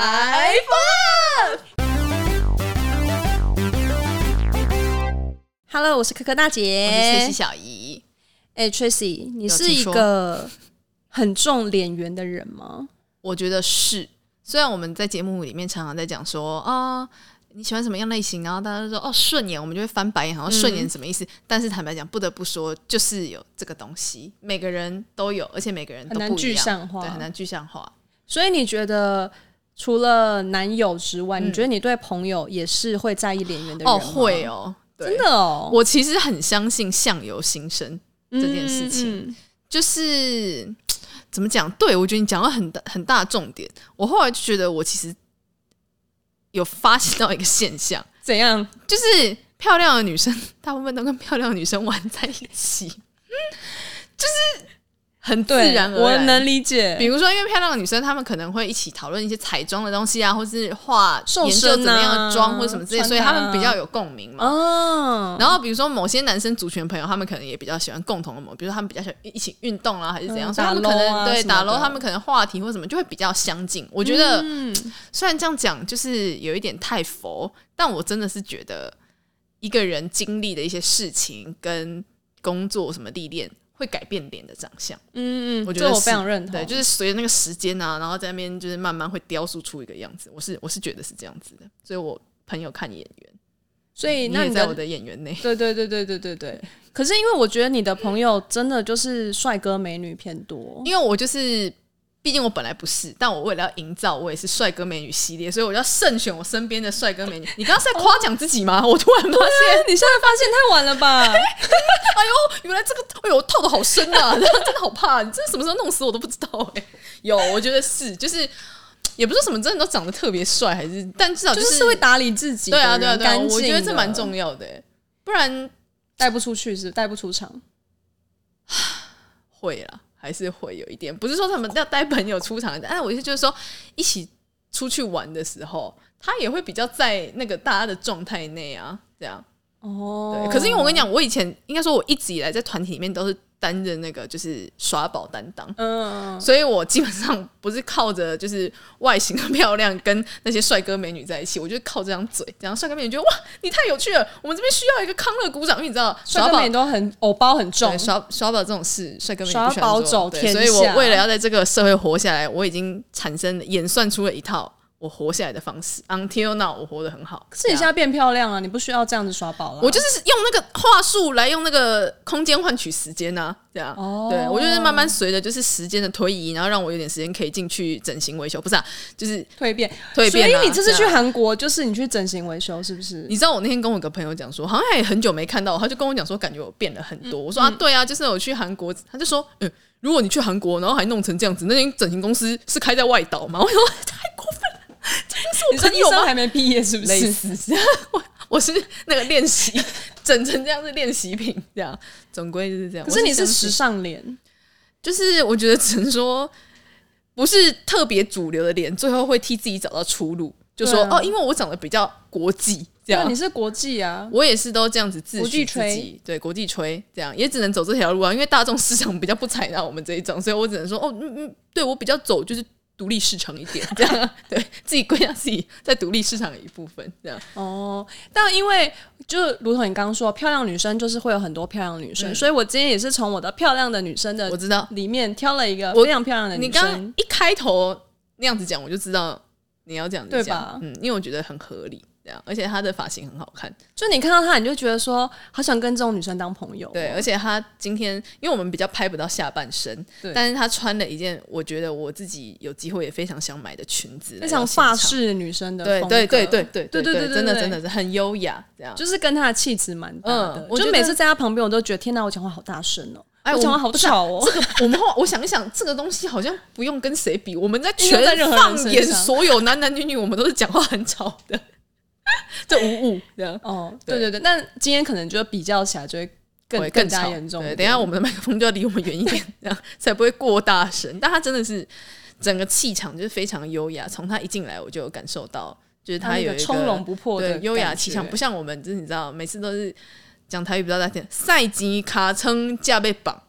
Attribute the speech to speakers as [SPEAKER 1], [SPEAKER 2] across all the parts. [SPEAKER 1] Five Up。Hello，我是可可大姐，
[SPEAKER 2] 我是学习小姨。
[SPEAKER 1] 哎、t r a c y 你
[SPEAKER 2] 有
[SPEAKER 1] 是
[SPEAKER 2] 听
[SPEAKER 1] 一
[SPEAKER 2] 说
[SPEAKER 1] 个很重脸缘的人吗？
[SPEAKER 2] 我觉得是，虽然我们在节目里面常常在讲说啊、你喜欢什么样类型，然后大家都说哦顺眼，我们就会翻白眼，好像顺
[SPEAKER 1] 嗯
[SPEAKER 2] 眼什么意思？但是坦白讲，不得不说，就是有这个东西，每个人都有，而且每个人
[SPEAKER 1] 很
[SPEAKER 2] 嗯都
[SPEAKER 1] 难
[SPEAKER 2] 不一
[SPEAKER 1] 具
[SPEAKER 2] 样，
[SPEAKER 1] 象化
[SPEAKER 2] 对，很难具象化。
[SPEAKER 1] 所以你觉得除了男友之外，你
[SPEAKER 2] 嗯
[SPEAKER 1] 觉得你对朋友也是会在意脸缘的人
[SPEAKER 2] 哦，
[SPEAKER 1] 吗
[SPEAKER 2] 会，哦，对
[SPEAKER 1] 真的哦，
[SPEAKER 2] 我其实很相信相由心生，这件事情
[SPEAKER 1] 嗯嗯
[SPEAKER 2] 就是怎么讲？对我觉得你讲到很大很大的重点。我后来就觉得，我其实有发现到一个现象，
[SPEAKER 1] 怎样？
[SPEAKER 2] 就是漂亮的女生大部分都跟漂亮的女生玩在一起， 就是很自
[SPEAKER 1] 对
[SPEAKER 2] 然，而
[SPEAKER 1] 我
[SPEAKER 2] 然。
[SPEAKER 1] 能理解。
[SPEAKER 2] 比如说，因为漂亮的女生，她们可能会一起讨论一些彩妆的东西啊，或是化
[SPEAKER 1] 瘦
[SPEAKER 2] 研究
[SPEAKER 1] 身
[SPEAKER 2] 怎么样
[SPEAKER 1] 啊
[SPEAKER 2] 的妆或者什么之类，
[SPEAKER 1] 穿
[SPEAKER 2] 所以她
[SPEAKER 1] 搭
[SPEAKER 2] 们比较有共鸣嘛。
[SPEAKER 1] 哦，
[SPEAKER 2] 然后比如说某些男生族群的朋友，他们可能也比较喜欢共同的某，比如说他们比较喜欢一起运动啊啦、还是怎样，
[SPEAKER 1] 嗯
[SPEAKER 2] 所以他们可
[SPEAKER 1] 打 LOL
[SPEAKER 2] 能
[SPEAKER 1] 啊
[SPEAKER 2] 对
[SPEAKER 1] 什么的
[SPEAKER 2] 打楼，他们可能话题或什么就会比较相近。我觉得、
[SPEAKER 1] 嗯
[SPEAKER 2] 虽然这样讲就是有一点太佛，但我真的是觉得一个人经历的一些事情跟工作什么历练。会改变脸的长相，
[SPEAKER 1] 嗯嗯，
[SPEAKER 2] 我觉
[SPEAKER 1] 这
[SPEAKER 2] 得
[SPEAKER 1] 我
[SPEAKER 2] 是
[SPEAKER 1] 非常认同。
[SPEAKER 2] 对，就是随着那个时间啊，然后在那边就是慢慢会雕塑出一个样子。我是我是觉得是这样子的，所以我朋友看演员，
[SPEAKER 1] 所以那
[SPEAKER 2] 你也
[SPEAKER 1] 你
[SPEAKER 2] 在
[SPEAKER 1] 的
[SPEAKER 2] 我的演员内，
[SPEAKER 1] 对对对对对对对。可是因为我觉得你的朋友真的就是帅哥美女偏多，
[SPEAKER 2] 因为我就是，毕竟我本来不是，但我为了要营造我也是帅哥美女系列，所以我要慎选我身边的帅哥美女。你刚刚是在夸奖自己吗？我突然发现，
[SPEAKER 1] 你现在发现太晚了吧？
[SPEAKER 2] 哎呦，原来这个，哎呦，透的好深啊， 真的好怕，你这什么时候弄死我都不知道哎、 有，我觉得是，就是也不是说什么真的都长得特别帅，还是但至 少、
[SPEAKER 1] 就是是会打理自己的
[SPEAKER 2] 对啊
[SPEAKER 1] 人，
[SPEAKER 2] 对啊对啊，
[SPEAKER 1] 干净
[SPEAKER 2] 我觉得这蛮
[SPEAKER 1] 的，
[SPEAKER 2] 重要的、哎不然
[SPEAKER 1] 带不出去是带不出场。
[SPEAKER 2] 会啦，还是会有一点。不是说他们要带朋友出场，但我意思就是说，一起出去玩的时候，他也会比较在那个大家的状态内啊，这样。对，
[SPEAKER 1] 哦，
[SPEAKER 2] 可是因为我跟你讲，我以前应该说，我一直以来在团体里面都是担任那个就是耍宝担当。
[SPEAKER 1] 嗯，
[SPEAKER 2] 所以我基本上不是靠着就是外形的漂亮跟那些帅哥美女在一起，我就是靠这张嘴，这样帅哥美女觉得哇你太有趣了，我们这边需要一个康乐鼓掌，因为你知道
[SPEAKER 1] 帅
[SPEAKER 2] 耍
[SPEAKER 1] 哥
[SPEAKER 2] 宝
[SPEAKER 1] 美女都很偶包很重
[SPEAKER 2] 对，耍耍宝这种事，帅哥们也
[SPEAKER 1] 耍
[SPEAKER 2] 不喜欢
[SPEAKER 1] 宝
[SPEAKER 2] 做
[SPEAKER 1] 走
[SPEAKER 2] 对
[SPEAKER 1] 天
[SPEAKER 2] 所以
[SPEAKER 1] 下
[SPEAKER 2] 我为了要在这个社会活下来，我已经产生演算出了一套我活下来的方式。Until now，我活得很好。
[SPEAKER 1] 可是你现
[SPEAKER 2] 这样
[SPEAKER 1] 在变漂亮啊了，你不需要这样子耍宝啊了。
[SPEAKER 2] 我就是用那个话术来用那个空间换取时间呐、这样。
[SPEAKER 1] 哦
[SPEAKER 2] 对我就是慢慢随着就是时间的推移，然后让我有点时间可以进去整形维修，不是啊，就是
[SPEAKER 1] 蜕变，
[SPEAKER 2] 蜕变啊
[SPEAKER 1] 所以你这次
[SPEAKER 2] 这
[SPEAKER 1] 去
[SPEAKER 2] 样
[SPEAKER 1] 韩国，就是你去整形维修，是不是？
[SPEAKER 2] 你知道我那天跟我一个朋友讲说，好像也很久没看到我，他就跟我讲说，感觉我变了很
[SPEAKER 1] 嗯
[SPEAKER 2] 多。我说啊，对啊，就是我去韩国，他就说，嗯，如果你去韩国，然后还弄成这样子，那间整形公司是开在外岛吗？我 说太过分了，
[SPEAKER 1] 你
[SPEAKER 2] 这就是我
[SPEAKER 1] 说
[SPEAKER 2] 朋
[SPEAKER 1] 医
[SPEAKER 2] 友
[SPEAKER 1] 生
[SPEAKER 2] 吗？
[SPEAKER 1] 还没毕业，是不
[SPEAKER 2] 类
[SPEAKER 1] 是？
[SPEAKER 2] 似， 我我是那个练习，整成这样是练习品，这样总归就是这样。
[SPEAKER 1] 可是你
[SPEAKER 2] 我
[SPEAKER 1] 是
[SPEAKER 2] 相信
[SPEAKER 1] 时尚脸，
[SPEAKER 2] 就是我觉得只能说，不是特别主流的脸，最后会替自己找到出路，就
[SPEAKER 1] 对
[SPEAKER 2] 说、
[SPEAKER 1] 啊
[SPEAKER 2] 哦，因为我长得比较国际，这
[SPEAKER 1] 对，啊
[SPEAKER 2] 样
[SPEAKER 1] 你是国际啊，
[SPEAKER 2] 我也是都这样子自
[SPEAKER 1] 国际
[SPEAKER 2] 诩自己，对国际吹这样，也只能走这条路啊，因为大众市场比较不采纳我们这一种，所以我只能说，哦，嗯嗯，对我比较走就是独立市场一点，这样，对自己归纳自己在独立市场的一部分，这样，
[SPEAKER 1] 哦，但因为就如同你刚刚说，漂亮女生就是会有很多漂亮女生，所以我今天也是从我的漂亮的女生的
[SPEAKER 2] 嗯我知道。
[SPEAKER 1] 里面挑了一个
[SPEAKER 2] 我
[SPEAKER 1] 非常漂亮的
[SPEAKER 2] 你
[SPEAKER 1] 女
[SPEAKER 2] 刚刚
[SPEAKER 1] 呃生，
[SPEAKER 2] 一开头那样子讲，我就知道你要这样子
[SPEAKER 1] 对
[SPEAKER 2] 讲
[SPEAKER 1] 吧
[SPEAKER 2] 嗯，因为我觉得很合理，这样，而且她的发型很好看，
[SPEAKER 1] 就你看到她，你就觉得说好想跟这种女生当朋友哦，
[SPEAKER 2] 对，而且她今天因为我们比较拍不到下半身
[SPEAKER 1] 对，
[SPEAKER 2] 但是她穿了一件我觉得我自己有机会也非常想买的裙子，
[SPEAKER 1] 非常
[SPEAKER 2] 发
[SPEAKER 1] 法。式女生的
[SPEAKER 2] 对
[SPEAKER 1] 风
[SPEAKER 2] 对
[SPEAKER 1] 格
[SPEAKER 2] 对对对
[SPEAKER 1] 对对对
[SPEAKER 2] 对，
[SPEAKER 1] 对
[SPEAKER 2] 真的
[SPEAKER 1] 对
[SPEAKER 2] 真的是很优雅这样。
[SPEAKER 1] 就是跟她的气质蛮搭的
[SPEAKER 2] 嗯，我
[SPEAKER 1] 就
[SPEAKER 2] 觉
[SPEAKER 1] 每
[SPEAKER 2] 得
[SPEAKER 1] 次在她旁边，我都觉得天哪，我讲话好大声哦，
[SPEAKER 2] 哎
[SPEAKER 1] 我讲话
[SPEAKER 2] 我
[SPEAKER 1] 好吵哦，
[SPEAKER 2] 这个我们后我想一想，这个东西好像不用跟谁比，我们在
[SPEAKER 1] 应该
[SPEAKER 2] 全
[SPEAKER 1] 在任何人
[SPEAKER 2] 放
[SPEAKER 1] 身
[SPEAKER 2] 眼
[SPEAKER 1] 上
[SPEAKER 2] 所有男男女女，我们都是讲话很吵的， 这无误这样。
[SPEAKER 1] 哦，对
[SPEAKER 2] 对
[SPEAKER 1] 对对，但今天可能就比较起来就会更
[SPEAKER 2] 会
[SPEAKER 1] 更加
[SPEAKER 2] 吵
[SPEAKER 1] 严重一
[SPEAKER 2] 对，
[SPEAKER 1] 点。
[SPEAKER 2] 等一下我们的麦克风就要离我们远一 点，这样才不会过大声。但他真的是整个气场就是非常优雅，从他一进来我就有感受到，就是
[SPEAKER 1] 她那
[SPEAKER 2] 有
[SPEAKER 1] 个
[SPEAKER 2] 一个
[SPEAKER 1] 从容不迫的
[SPEAKER 2] 对优雅
[SPEAKER 1] 感
[SPEAKER 2] 气场，
[SPEAKER 1] 觉
[SPEAKER 2] 不像我们就是你知道每次都是讲台语比较大点，赛级卡称架被绑，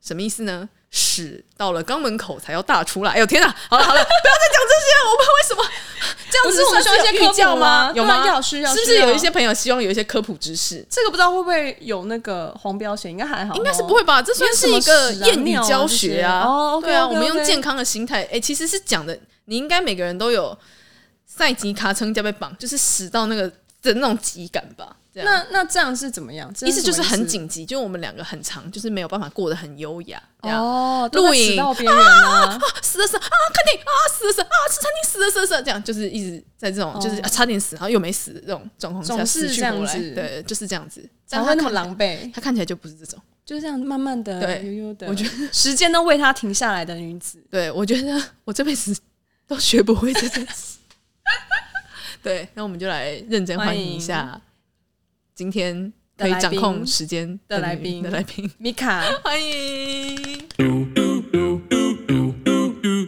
[SPEAKER 2] 什么意思呢？屎到了肛门口才要大出来。哎呦天哪！好了好了，不要再讲这些了，我们为什么
[SPEAKER 1] 样
[SPEAKER 2] 不
[SPEAKER 1] 子
[SPEAKER 2] 是我们
[SPEAKER 1] 需要一
[SPEAKER 2] 是
[SPEAKER 1] 些科
[SPEAKER 2] 有预教
[SPEAKER 1] 普
[SPEAKER 2] 吗？
[SPEAKER 1] 有
[SPEAKER 2] 吗？
[SPEAKER 1] 吗？要需要，
[SPEAKER 2] 是不
[SPEAKER 1] 需
[SPEAKER 2] 是
[SPEAKER 1] 要
[SPEAKER 2] 有一些朋友希望有一些科普知识？
[SPEAKER 1] 这个不知道会不会有那个黄标险？应该还好，
[SPEAKER 2] 应该是不会吧？这算是一个谚语教学啊。
[SPEAKER 1] 哦，OK，
[SPEAKER 2] 对啊，
[SPEAKER 1] OK，OK
[SPEAKER 2] 我们用健康的心态，哎、其实是讲的，你应该每个人都有赛级卡称加被绑，就是死到那个的那种急感吧。这样，
[SPEAKER 1] 那那这样是怎么样？这
[SPEAKER 2] 意
[SPEAKER 1] 样
[SPEAKER 2] 思
[SPEAKER 1] 是
[SPEAKER 2] 就是
[SPEAKER 1] 什么
[SPEAKER 2] 很紧急，就是我们两个很长，就是没有办法过得很优雅。这样
[SPEAKER 1] 哦，
[SPEAKER 2] 露
[SPEAKER 1] 都在
[SPEAKER 2] 营
[SPEAKER 1] 迟到边缘啊，
[SPEAKER 2] 死了死了啊，肯定啊，死了死了啊，是差点死了死了死了，这样就是一直在这种、就是、啊、差点死，然后又没死的这种状况下
[SPEAKER 1] 哦总是
[SPEAKER 2] 死去
[SPEAKER 1] 这样
[SPEAKER 2] 活来，
[SPEAKER 1] 子
[SPEAKER 2] 对，就是这样子。
[SPEAKER 1] 才
[SPEAKER 2] 但
[SPEAKER 1] 会
[SPEAKER 2] 他
[SPEAKER 1] 那么
[SPEAKER 2] 看
[SPEAKER 1] 狼 狈。
[SPEAKER 2] 他看起来就不是这种。
[SPEAKER 1] 就是这样慢慢的、
[SPEAKER 2] 对
[SPEAKER 1] 悠悠的，
[SPEAKER 2] 我觉
[SPEAKER 1] 得时间都为她停下来的女子，
[SPEAKER 2] 对，我觉得 我这辈子都学不会这件事。 对，那我们就来认真欢迎一下今天可以掌控时间
[SPEAKER 1] 的来宾
[SPEAKER 2] 的来宾，
[SPEAKER 1] 米卡，
[SPEAKER 2] 欢迎。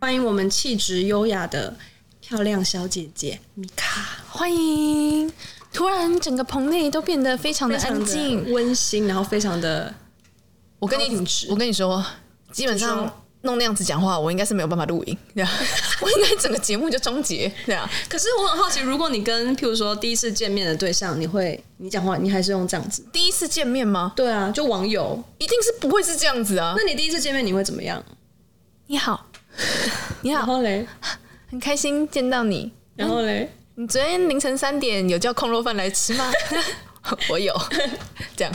[SPEAKER 1] 欢迎我们气质优雅的漂亮小姐姐米卡，
[SPEAKER 3] 欢迎！突然整个棚内都变得非常的
[SPEAKER 1] 非常
[SPEAKER 3] 安静，
[SPEAKER 1] 的温馨，然后非常的
[SPEAKER 2] 我跟
[SPEAKER 1] 高品
[SPEAKER 2] 你
[SPEAKER 1] 质，
[SPEAKER 2] 我跟你说，基本
[SPEAKER 1] 你
[SPEAKER 2] 上
[SPEAKER 1] 说
[SPEAKER 2] 弄那样子讲话，我应该是没有办法录影，对 啊，我应该整个节目就终结，对啊。
[SPEAKER 1] 可是我很好奇，如果你跟譬如说第一次见面的对象，你会你讲话，你还是用这样子？
[SPEAKER 2] 第一次见面吗？
[SPEAKER 1] 对啊，就网友。
[SPEAKER 2] 一定是不会是这样子啊。
[SPEAKER 1] 那你第一次见面你会怎么样？
[SPEAKER 2] 你好，你
[SPEAKER 1] 然
[SPEAKER 2] 好，
[SPEAKER 1] 后嘞，
[SPEAKER 2] 很开心见到你。
[SPEAKER 1] 然后嘞，
[SPEAKER 2] 你昨天凌晨三点有叫空肉饭来吃吗？ 我有， 这样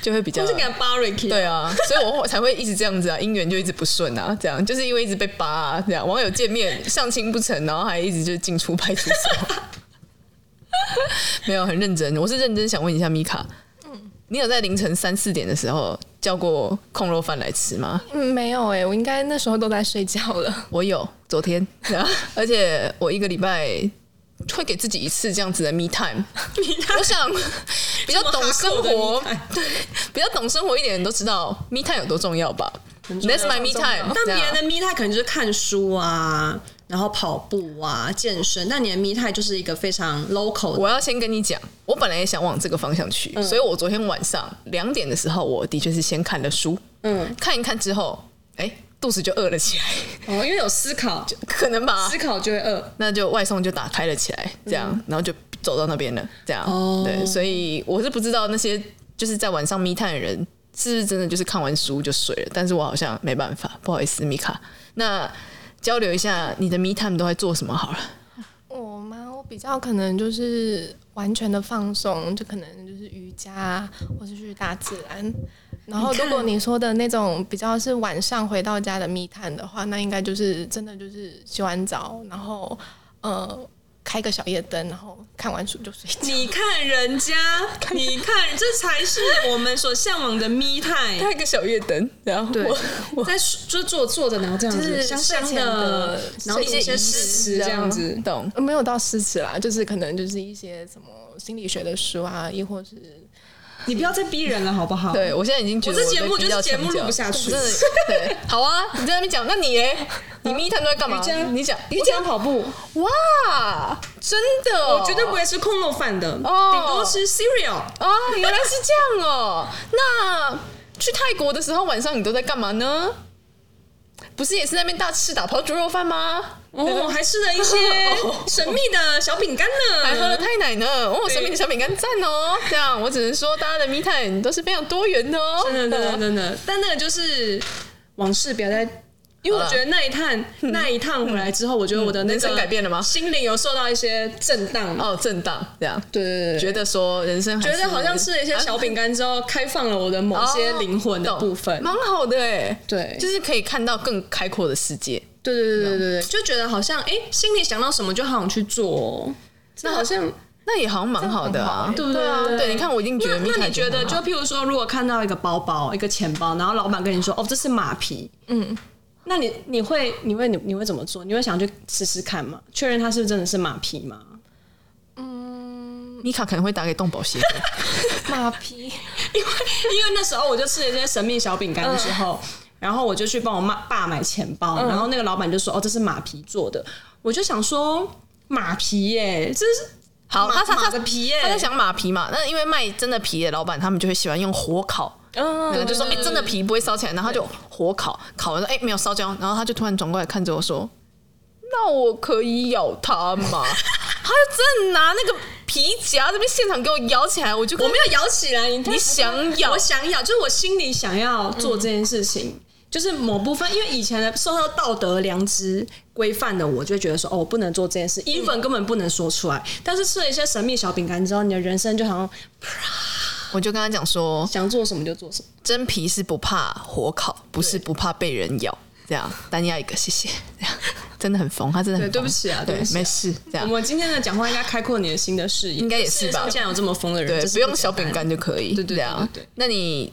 [SPEAKER 2] 就会比较
[SPEAKER 1] 就是给他扒 Ricky。
[SPEAKER 2] 对啊，所以我才会一直这样子啊，姻缘就一直不顺啊，这样就是因为一直被扒啊，这样网友见面相亲不成，然后还一直就进出派出所。 没有很认真，我是认真想问一下米卡，你有在凌晨三四点的时候叫过空肉饭来吃吗？
[SPEAKER 4] 嗯，没有哎、我应该那时候都在睡觉了。
[SPEAKER 2] 我有昨天，而且我一个礼拜会给自己一次这样子的 me time。我 想 比较懂生
[SPEAKER 1] 这么
[SPEAKER 2] 活
[SPEAKER 1] hardcore 的 me，
[SPEAKER 2] 对，比较懂生活一点的人都知道 me time 有多重要吧。
[SPEAKER 1] 重要
[SPEAKER 2] That's my me time 啊
[SPEAKER 1] 但
[SPEAKER 2] 这样。
[SPEAKER 1] 别人的 me 态可能就是看书啊，然后跑步啊、健身，但你的 me 态就是一个非常 local 的。
[SPEAKER 2] 我要先跟你讲，我本来也想往这个方向去，
[SPEAKER 1] 嗯
[SPEAKER 2] 所以我昨天晚上两点的时候，我的确是先看了书，
[SPEAKER 1] 嗯，
[SPEAKER 2] 看一看之后，哎、肚子就饿了起来，
[SPEAKER 1] 哦，因为有思考，
[SPEAKER 2] 可能吧
[SPEAKER 1] 思，考就会饿。
[SPEAKER 2] 那就外送就打开了起来，这样，然后就走到那边了，这样。
[SPEAKER 1] 嗯哦
[SPEAKER 2] 对，所以我是不知道那些就是在晚上密探的人是不是真的就是看完书就睡了，但是我好像没办法，不好意思，米卡。那交流一下你的密探都在做什 么好了。
[SPEAKER 4] 我妈，我比较可能就是完全的放松，就可能就是瑜伽，或是去大自然。然后，如果你说的那种比较是晚上回到家的密探的话，那应该就是真的就是洗完澡，然后呃开个小夜灯，然后看完书就睡 觉。
[SPEAKER 1] 你看人家，你看，这才是我们所向往的 me 态。
[SPEAKER 2] 开个小夜灯，然后
[SPEAKER 1] 对
[SPEAKER 2] 我，
[SPEAKER 1] 在就坐坐着，然后这样
[SPEAKER 4] 就
[SPEAKER 1] 子
[SPEAKER 4] 是
[SPEAKER 1] 香香
[SPEAKER 4] 睡前的
[SPEAKER 1] 然后一
[SPEAKER 4] 睡前
[SPEAKER 1] 些
[SPEAKER 4] 仪
[SPEAKER 1] 诗词
[SPEAKER 4] 式
[SPEAKER 1] 这样子。
[SPEAKER 2] 懂。
[SPEAKER 4] 呃没有到诗词啦，就是可能就是一些什么心理学的书啊，亦或是
[SPEAKER 1] 你不要再逼人了，好不好？
[SPEAKER 2] 对，我现在已经觉得
[SPEAKER 1] 我这节目
[SPEAKER 2] 被逼到
[SPEAKER 1] 就是节目
[SPEAKER 2] 墙角
[SPEAKER 1] 录不下去
[SPEAKER 2] 真的。对，好啊，你在那边讲，那你嘞？你密探都在干嘛？
[SPEAKER 1] 瑜伽
[SPEAKER 2] 你讲瑜
[SPEAKER 1] 我
[SPEAKER 2] 伽
[SPEAKER 1] 喜欢跑步，
[SPEAKER 2] 哇，真的哦、
[SPEAKER 1] 我绝对不会吃空肉饭的，顶
[SPEAKER 2] 哦
[SPEAKER 1] 多吃 cereal。
[SPEAKER 2] 哦，原来是这样哦。那去泰国的时候晚上你都在干嘛呢？不是也是在那边大吃打抛猪肉饭吗？
[SPEAKER 1] 哦，还吃了一些神秘的小饼干呢，
[SPEAKER 2] 还喝了太奶呢？哦，神秘的小饼干赞哦！这样，我只能说大家的密探都是非常多元的哦。
[SPEAKER 1] 真的真的真的，但那个就是往事，不要再。因为我觉得那一趟那一趟回来之后，我觉得我的那
[SPEAKER 2] 人
[SPEAKER 1] 个
[SPEAKER 2] 生改变了吗
[SPEAKER 1] 心灵有受到一些震荡。
[SPEAKER 2] 哦，震荡这样，
[SPEAKER 1] 对对对
[SPEAKER 2] 觉
[SPEAKER 1] 对，
[SPEAKER 2] 得说人生还
[SPEAKER 1] 觉
[SPEAKER 2] 是
[SPEAKER 1] 得好像吃了一些小饼干之后，开放了我的某些
[SPEAKER 2] 哦
[SPEAKER 1] 灵魂的
[SPEAKER 2] 懂
[SPEAKER 1] 部分。
[SPEAKER 2] 蛮好的哎，
[SPEAKER 1] 对
[SPEAKER 2] 就是可以看到更开阔的世界。
[SPEAKER 1] 对对对对对对，就觉得好像哎、诶心里想到什么就好想去做、哦，那好像
[SPEAKER 2] 那也好像蛮好的啊，
[SPEAKER 1] 对不
[SPEAKER 2] 对啊，
[SPEAKER 1] 对
[SPEAKER 2] 对，你看我已经觉得密
[SPEAKER 1] 那
[SPEAKER 2] 探
[SPEAKER 1] 那你觉得，
[SPEAKER 2] 很
[SPEAKER 1] 就
[SPEAKER 2] 好
[SPEAKER 1] 譬如说，如果看到一个包包、一个钱包，然后老板跟你说：“哦，这是马皮。”嗯，那你你会你会你你会怎么做？你会想去试试看吗？确认它是不是真的是马皮吗？
[SPEAKER 2] 米卡可能会打给动保协会。
[SPEAKER 4] 马匹。
[SPEAKER 1] 因为那时候我就吃了一些神秘小饼干的时候，然后我就去帮我妈爸买钱包，然后那个老板就说：“哦，这是马皮做的。”我就想说，马皮耶、这是
[SPEAKER 2] 好，
[SPEAKER 1] 马
[SPEAKER 2] 他他
[SPEAKER 1] 马
[SPEAKER 2] 他
[SPEAKER 1] 的皮耶、
[SPEAKER 2] 他在想马皮嘛，那因为卖真的皮的老板，他们就会喜欢用火烤。
[SPEAKER 4] 嗯
[SPEAKER 2] 对，就说哎、真的皮不会烧起来，然后他就火烤，烤完说哎、没有烧焦，然后他就突然转过来看着我说，那我可以咬它吗？ 他就真的拿那个皮夹这边现场给我咬起来，我就跟
[SPEAKER 1] 我没有咬起来，你
[SPEAKER 2] 你想咬
[SPEAKER 1] 我想咬，就是我心里想要做这件事情，就是某部分，因为以前的受到道德良知规范的我，就会觉得说，哦，我不能做这件事，even
[SPEAKER 2] 嗯
[SPEAKER 1] 根本不能说出来。但是吃了一些神秘小饼干之后，你的人生就好像
[SPEAKER 2] 我就跟他讲说，
[SPEAKER 1] 想做什么就做什么。
[SPEAKER 2] 真皮是不怕火烤，不是不怕被人咬。这样单压一个，谢谢。这样真的很疯，他真的很
[SPEAKER 1] 对，对不
[SPEAKER 2] 疯
[SPEAKER 1] 起啊，
[SPEAKER 2] 对
[SPEAKER 1] 不起啊、
[SPEAKER 2] 没事这样
[SPEAKER 1] 我们今天的讲话应该开阔你的新的视野，
[SPEAKER 2] 应该也
[SPEAKER 1] 世
[SPEAKER 2] 是吧
[SPEAKER 1] 界上现在有这么疯的人，
[SPEAKER 2] 对
[SPEAKER 1] 真，是
[SPEAKER 2] 不用
[SPEAKER 1] 简
[SPEAKER 2] 小
[SPEAKER 1] 单
[SPEAKER 2] 饼干就可以。
[SPEAKER 1] 对对对
[SPEAKER 2] 这样
[SPEAKER 1] 对对对
[SPEAKER 2] 那你